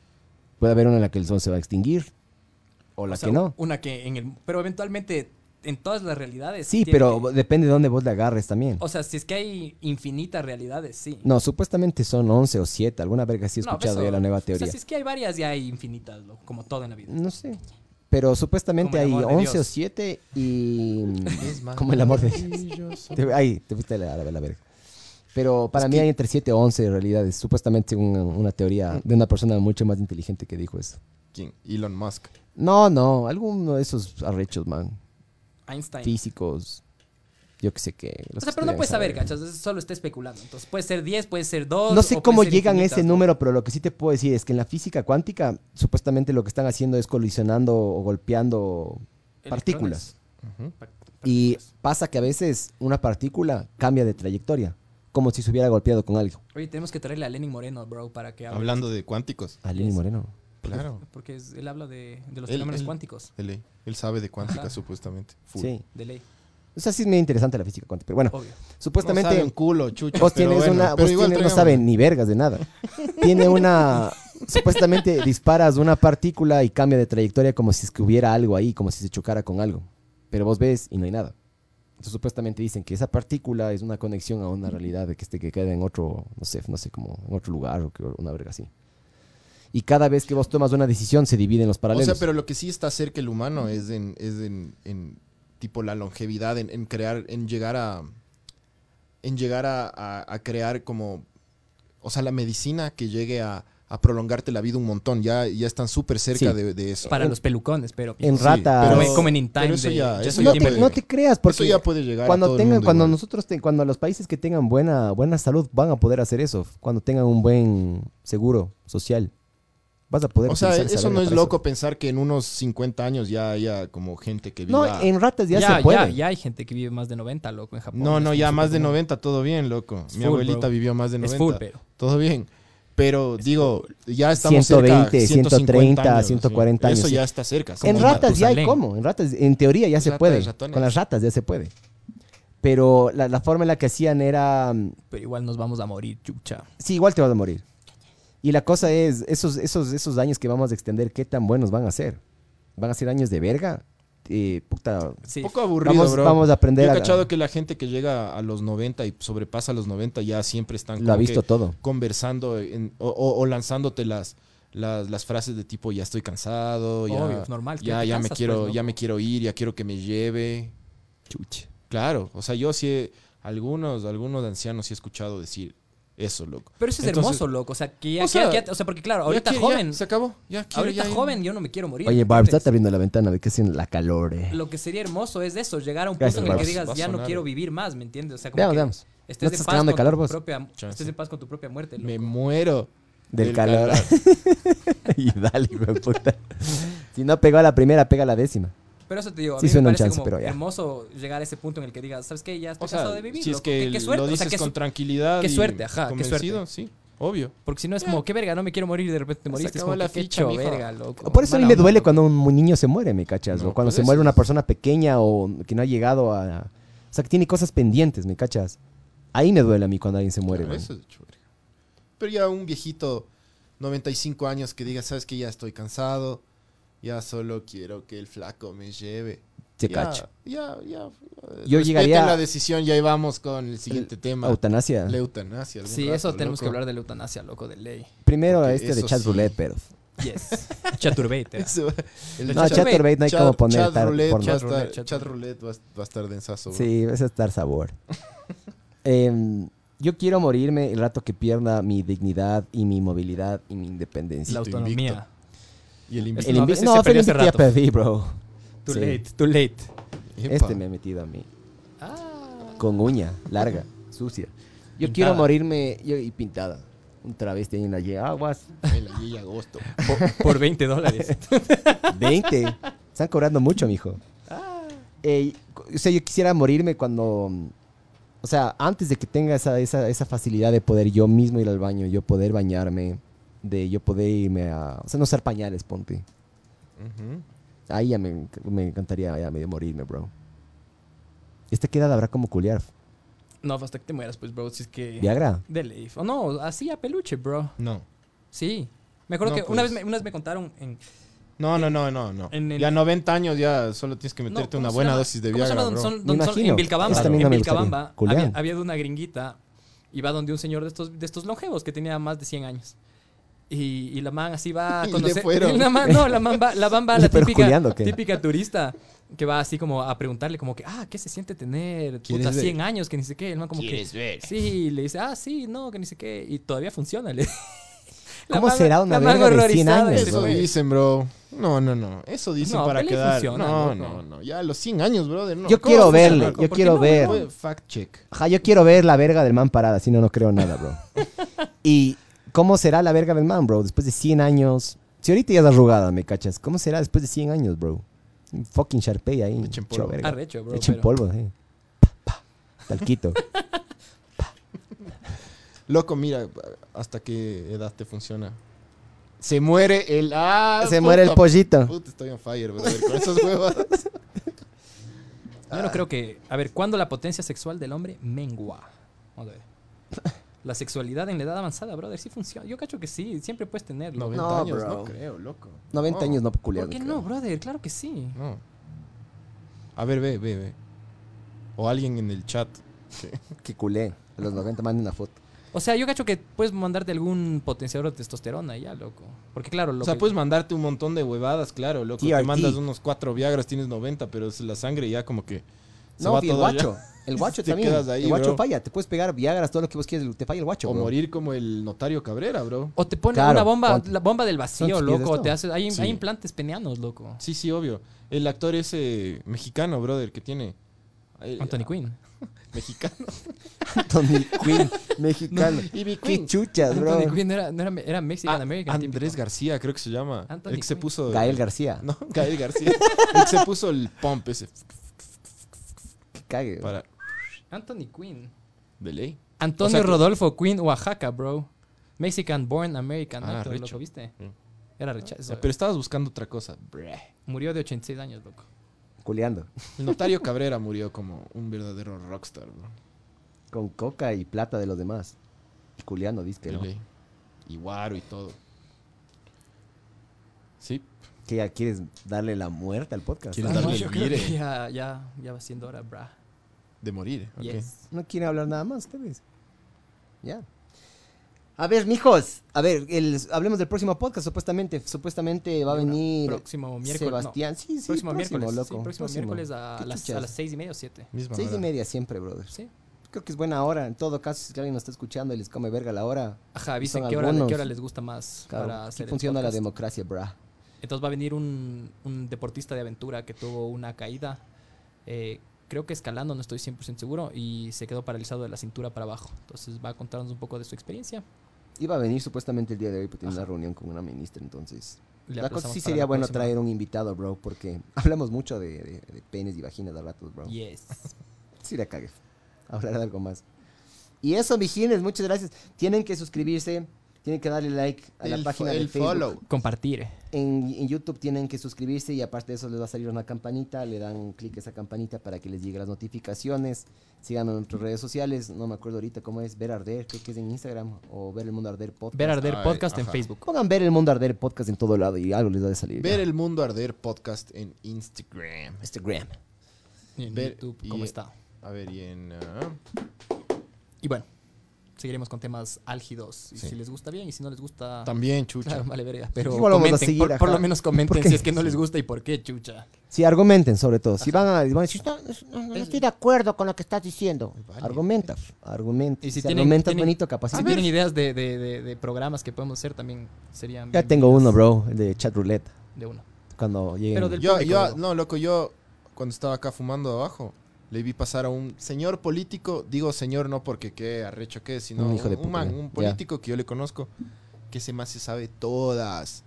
Puede haber una en la que el sol se va a extinguir. O la
O sea,
que no.
Una que en el. Pero eventualmente en todas las realidades.
Sí,
tiene
pero
que-
depende de dónde vos le agarres también.
o sea, si es que hay infinitas realidades, sí.
No, supuestamente son 11 o 7. Alguna verga sí he
No,
escuchado
eso-
ya la nueva
O
teoría.
sea, si es que hay varias, ya hay infinitas, loco, como todo en la vida.
No sé. Pero supuestamente
Como el
hay
amor de
11 o
Dios.
7 y... Como el amor de Dios. Te- Ahí, te fuiste a la, a la- a la verga. Pero para mí hay entre 7 o 11 realidades. Supuestamente según una teoría de una persona mucho más inteligente que dijo eso.
¿Quién? Elon Musk.
No, no. Alguno de esos arrechos, man.
Einstein.
Físicos. Yo qué sé qué.
O
los
sea,
que
pero no
estudian
puedes
esa
saber,
verga.
cachas. eso Solo está especulando. Entonces puede ser 10, puede ser 2.
No sé cómo llegan a ese número, pero lo que sí te puedo decir es que en la física cuántica, supuestamente lo que están haciendo es colisionando o golpeando partículas. Y pasa que a veces una partícula cambia de trayectoria, como si se hubiera golpeado con algo.
Oye, tenemos que traerle a Lenin Moreno, bro, para que hable.
Hablando de cuánticos.
A Lenin Moreno.
Claro.
Porque es- él habla de, de los
Él-
fenómenos
él-
cuánticos.
Él, él sabe de cuántica,
Ajá.
supuestamente. Full.
Sí.
De ley,
O sea, sí es muy interesante la física cuántica. Pero bueno,
obvio.
supuestamente...
No sabe un culo, chucha.
Vos
pero
tienes
bueno,
una.
pero
Vos
igual
tienes- no
traigamos.
saben ni vergas de nada. Tiene una. supuestamente disparas una partícula y cambia de trayectoria como si es que hubiera algo ahí, como si se chocara con algo. Pero vos ves y no hay nada. Entonces, supuestamente dicen que esa partícula es una conexión a una realidad de que, este, que queda en otro, no sé, no sé, como en otro lugar o que una verga así. Y cada vez que vos tomas una decisión se dividen los
O
paralelos.
sea, pero lo que sí está cerca el humano es en, es en, en, tipo la longevidad, en, en crear, en llegar a. En llegar a, a- a crear como. O sea, la medicina que llegue a, a prolongarte la vida un montón. Ya, ya están súper cerca
Sí.
de, de eso.
Para los pelucones, pero. pues,
en
sí,
ratas.
Come-
pero-
comen in time.
pero eso
de
ya-
Justin
eso ya
no, te,
Timberlake.
puede-
no te creas, porque
eso ya puede llegar a
cuando
todo el
tengan,
mundo
cuando
igual.
nosotros, te- cuando los países que tengan buena, buena salud van a poder hacer eso, cuando tengan un buen seguro social, vas a poder.
O sea,
utilizar esa
eso
verga
no es
para
loco pensar que en unos 50 años ya haya como gente que
No,
viva.
en ratas ya,
Ya, ya,
se puede.
ya, hay gente que vive más de 90, loco, en Japón.
No,
Es
no,
como
ya
súper
más de
común.
90, todo bien, loco. Mi
full,
abuelita
bro.
vivió más de 90.
Es full, pero.
Todo bien. Pero digo, ya estamos
120,
cerca,
130,
150 años,
140
Eso
años.
ya está cerca.
En
somos
ratas ya hay
Matusalén.
cómo, en ratas, en teoría ya se
Ratas,
puede,
ratones.
con las ratas ya se puede. Pero la, la forma en la que hacían era, mm,
Pero igual nos vamos a morir, chucha.
sí, igual te vas a morir. Y la cosa es, esos, esos, esos años que vamos a extender, ¿qué tan buenos van a ser? ¿Van a ser años de verga? Eh, puta,
Sí.
Un poco aburrido,
Vamos-
bro.
vamos a aprender
Yo he
a-
cachado que la gente que llega a los 90 y sobrepasa los 90 ya siempre están
lo ha
como
visto
que
todo.
conversando en- o, o- o lanzándote las, las, las frases de tipo ya estoy cansado, ya,
Obvio, es normal, que
ya,
te
ya me
cansas,
quiero,
pues, ¿no?
ya me quiero ir, ya quiero que me lleve.
Chucha.
Claro, o sea, yo sí he- algunos, algunos ancianos sí he escuchado decir eso, loco.
Pero eso es
Entonces,
hermoso, loco. O sea, que ya,
O
o sea,
sea,
que ya- o sea porque claro,
ya
ahorita
quiero- ya,
joven.
se acabó, ya quiero
ahorita
ya ir.
joven yo no me quiero morir.
Oye, Barb,
¿entiendes?
está abriendo la ventana, ve que hace la calor. eh.
Lo que sería hermoso es eso, llegar a un
Gracias,
punto en el que
Barbs.
digas,
Va a
ya no
sonar.
quiero vivir más, ¿me entiendes? O sea, como
Veamos,
que
veamos.
estés
¿No
de
estás
paz
cagando
con
de calor, pues.
tu
vos?
propia,
Chance.
estés de paz con tu propia muerte, loco.
Me muero.
Del calor. y dale, hijo de puta. Si no pegó a la primera, pega a la décima.
Pero eso te digo, a
Sí
mí me
suena un
parece
chance,
como
pero ya.
hermoso llegar a ese punto en el que digas, ¿sabes qué? Ya estoy
O sea,
cansado de vivir,
si es
loco.
que
Qué- qué suerte,
lo
o sea,
dices
qué su-
con tranquilidad.
qué
y
suerte, ajá, qué suerte.
convencido, Sí, obvio.
Porque si no es como, qué verga, no me quiero morir, de repente te moriste. Es
acabó
como,
la
qué
ficha,
hecho,
mijo.
verga, loco.
Por eso a mí
Mala
me
onda,
duele
loco.
cuando un mu- niño se muere, ¿me cachas?
No,
o cuando
por
se
eso
muere una
es.
persona pequeña o que no ha llegado a... O sea, que tiene cosas pendientes, ¿me cachas? Ahí me duele a mí cuando alguien se muere. man.
Claro, Ah, eso es de hecho verga. Pero ya un viejito, 95 años, que diga, sabes que ya estoy cansado, ya solo quiero que el flaco me lleve.
Te
ya,
cacho.
ya, ya, ya.
Yo
Respeten
llegaría-
la decisión, ya ahí vamos con el siguiente tema.
Eutanasia.
La eutanasia. algún
Sí,
rato,
eso tenemos que
loco.
hablar de la eutanasia, loco, de ley.
Primero
porque
este de
eso
chat
sí.
roulette, pero...
Yes. Chaturbate.
Eso- el
No,
chat-
Chatterbait no hay como poner
chat
tar-
roulette,
porno.
va a
Chat roulette,
estar-
chat
chat roulette va a va a estar densazo. bro.
Sí, es estar sabor. Em, yo quiero morirme el rato que pierda mi dignidad y mi movilidad y mi independencia.
La
tu
autonomía.
Y el
Es-
invicto.
El
no,
invi-
ese se
no,
perdió
feliz
hace
que ya
rato.
perdí, bro.
Too
Sí.
late, too late.
Epa.
Este me ha metido a mí.
Ah.
Con uña, larga, sucia. Yo quiero morirme yo, y pintada. Un travesti ahí en la ye- aguas.
El allí agosto.
Por, por 20 dólares.
20. Están cobrando mucho, mijo. Eh, cu- o sea, yo quisiera morirme cuando. mm, O sea, antes de que tenga esa, esa, esa facilidad de poder yo mismo ir al baño, yo poder bañarme, de yo poder irme a. O sea, no usar pañales, ponte.
Ujú.
Ahí ya me, me encantaría ya medio morirme, bro. Esta queda habrá como culiar.
No, hasta que te mueras, pues, bro. Si es que.
Viagra.
De ley. O no, así a peluche, bro.
No.
Sí. Me
No,
acuerdo que una,
pues.
vez me, una vez me contaron en.
No, no, no, no, no.
En el-
Ya 90 años ya solo tienes que
no,
meterte
¿cómo
una
se
buena
llama?
dosis de
¿Cómo se
Viagra,
llama
bro.
donde son-
Me
donde son-
imagino.
en Vilcabamba,
Eso también
en
me gustaría.
Vilcabamba
Culear.
había, había de una gringuita y va donde un señor de estos, de estos longevos que tenía más de 100 años. Y, y la man así va a
Y le
conocer.
fueron.
la man- no, la man va, la, man va a la
Pero
típica,
culeando, ¿qué?
típica turista que va así como a preguntarle como que, ah, ¿qué se siente tener puta, 100 años? Que ni sé qué. El man como que, sí, y le dice, ah, sí, no, que ni sé qué. Y todavía funciona. le- La
¿Cómo
man-
será una
la man
verga de 100
horrorizada,
años,
se
Eso
fue.
dicen, bro. No, no, no. Eso dicen
No,
para
pelea y
quedar.
funciona,
no,
loco.
no, no. Ya a los 100 años, brother. No.
Yo
¿Cómo
quiero
vas a hacer,
verle,
loco?
yo
¿Por
quiero
qué no,
ver.
bro? Fact check.
Ajá, yo quiero ver la verga del man parada, si no, no creo nada, bro. ¿Y cómo será la verga del man, bro? Después de 100 años. Si ahorita ya es arrugada, me cachas. ¿Cómo será después de 100 años, bro? Un fucking Sharpay ahí. hecho
Echen polvo.
verga.
Arrecho, bro.
Echen
pero-
polvo, sí. Talquito.
Loco, mira, hasta qué edad te funciona. Se muere el. Ah,
Se muere el
puta,
pollito.
Puta, estoy on fire, brother. Con esas huevas.
Yo no creo que. A ver, ¿cuándo la potencia sexual del hombre mengua? Vamos a ver. La sexualidad en la edad avanzada, brother, sí funciona. Yo cacho que sí, siempre puedes tenerlo.
90
No,
años,
bro.
no creo, loco.
90
No.
años no peculiar.
Oh. ¿Por qué no, brother? Claro que sí.
No. A ver, ve, ve, ve. O alguien en el chat.
Que culé. A los 90 manden una foto.
O sea, yo cacho que puedes mandarte algún potenciador de testosterona y ya, loco. Porque claro, lo
O sea, pues,
que-
puedes mandarte un montón de huevadas, claro, loco. Te
TRT.
mandas unos cuatro Viagras, tienes 90, pero es la sangre ya como que se
No,
va
y el
todo
guacho.
allá.
El guacho
Te
también.
quedas ahí,
el guacho
bro.
falla. Te puedes pegar Viagras, todo lo que vos quieras. Te falla el guacho,
O
bro.
morir como el notario Cabrera, bro.
O te ponen
Claro,
una bomba,
ponte.
la bomba del vacío,
¿Cuántos pies de
loco.
esto?
Te haces, hay,
Sí.
hay implantes penianos, loco.
Sí, sí, obvio. El actor ese mexicano, brother, que tiene... eh,
Anthony Quinn.
Mexicano.
Tony Quinn, mexicano.
Ivy
Qué
Queen.
chuchas, bro.
Anthony Quinn era, no era, era Mexican American.
Ah, Andrés García, creo que se llama.
Anthony
el que se
Quinn.
puso...
Gael García.
No, Gael García. el que se puso el pump ese
Que cague.
para...
típico. Anthony Quinn.
De ley.
Antonio
O sea que-
Rodolfo Quinn, Oaxaca, bro. Mexican born American
Ah,
actor,
recho.
loco, ¿viste?
Mm.
Era rechazo.
Pero estabas buscando otra cosa. Breh.
Murió de 86 años, loco.
Culeando.
El notario Cabrera murió como un verdadero rockstar, bro.
Con coca y plata de los demás. Y culeando, diste, Este, ¿no?
Ley. Y Guaro y todo. Sí.
Que ya quieres darle la muerte al podcast.
¿Quieres
¿no?
Ah,
darle
yo
el
creo
mire?
que ya, ya, ya va siendo hora, bra.
De morir. ¿eh? ok.
Yes.
No quiere hablar nada más, ustedes. Ya. A ver, mijos. A ver, el- hablemos del próximo podcast. Supuestamente, supuestamente va a venir
Próximo miércoles. no,
Sebastián. Sí, sí,
próximo,
próximo,
miércoles. sí,
loco.
próximo, miércoles a
¿Qué
las, a
chuchas?
las 6 y media o 7.
Misma
Seis y
hora.
media siempre, brother.
¿Sí?
Creo que es buena hora. En todo caso, si alguien nos está escuchando y les come verga la hora,
Ajá,
Y
dicen
son
qué hora,
algunos.
qué hora les gusta más
claro,
para
aquí
hacer el
funciona la
podcast.
democracia, bra.
Entonces va a venir un, un deportista de aventura que tuvo una caída, eh, creo que escalando, no estoy 100% seguro, y se quedó paralizado de la cintura para abajo. Entonces va a contarnos un poco de su experiencia.
Iba a venir supuestamente el día de hoy, pero tiene una reunión con una ministra, entonces.
Le
la cosa
aplazamos
sí
para
sería
la
bueno
próxima.
traer un invitado, bro, porque hablamos mucho de, de- de penes y vaginas a ratos, bro.
Yes.
Sí, la cagué. Hablar de algo más. Y eso, mijines, muchas gracias. Tienen que suscribirse, tienen que darle like a la
El
página
fo-
de
el
Facebook.
follow.
Compartir. eh.
En, en YouTube tienen que suscribirse y aparte de eso les va a salir una campanita, le dan clic a esa campanita para que les lleguen las notificaciones. Sigan en nuestras redes sociales, no me acuerdo ahorita cómo es, Ver Arder, creo que es en Instagram, o Ver el Mundo Arder Podcast.
Ver Arder
Ay,
Podcast en
ajá.
Facebook.
Pongan Ver el Mundo Arder Podcast en todo lado y algo les va a salir.
Ver
ya.
el mundo arder podcast en Instagram.
este
Instagram.
En
Ver-
YouTube,
y-
¿cómo está?
A ver, y en. ah,
Y bueno, seguiremos con temas álgidos. Y si les gusta bien, y si no les
Ah.
gusta...
también, chucha.
Claro, vale verga. Pero
Igual vamos a
comenten,
seguir,
por, por
ajá.
lo menos comenten
¿Por qué?
si es que no les gusta y por qué, chucha.
Sí, argumenten sobre todo. Si van a, van a decir, no, no- no estoy de acuerdo con lo que estás diciendo. Argumenta, argumenta.
Y si
si
tienen-
argumentas,
tienen-
bonito, capacita.
Si tienen ideas de, de- de- de programas que podemos hacer, también serían...
Ya tengo uno,
bienvenidas
bro, el de chat roulette.
De uno.
Cuando lleguen.
Pero del
Yo,
público,
yo,
luego.
no, loco, yo cuando estaba acá fumando abajo, le vi pasar a un señor político, digo señor no porque qué arrecho que es, sino
Un
un,
hijo de
un
puta,
man,
ya.
un político que yo le conozco, que ese man se sabe todas.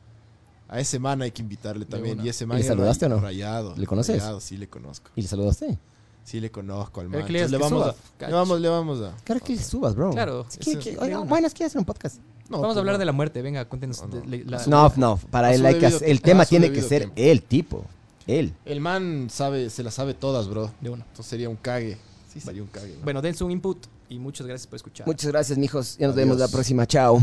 A ese man hay que invitarle también.
una.
Y ese man
¿Y le
es
saludaste
ray-
o no?
Rayado.
¿Le conoces?
Rayado, sí le conozco.
Y le saludaste.
Sí le conozco al
Pero
man.
que le digas
Entonces, le,
que
vamos
suba,
a,
cachas.
le vamos, le vamos a...
Claro que le subas, bro.
Claro.
Si quiere
Ese-
que-
de
oiga,
una.
bueno, es que hacer un podcast.
No,
Vamos a
pues
hablar
no.
de la muerte, venga, cuéntenos.
No, no.
de- le- la-
No, no, para
A
él
su
hay que
debido
hacer- el
tiempo.
tema
A su
tiene que
debido
ser
tiempo.
el tipo. Él.
El man sabe, se la sabe todas, bro.
De uno.
Entonces sería un cague. Sí, sería un cague. bro.
Bueno, dense un input y muchas gracias por escuchar.
Muchas gracias, mijos. Ya nos
Adiós.
vemos la próxima. Chao.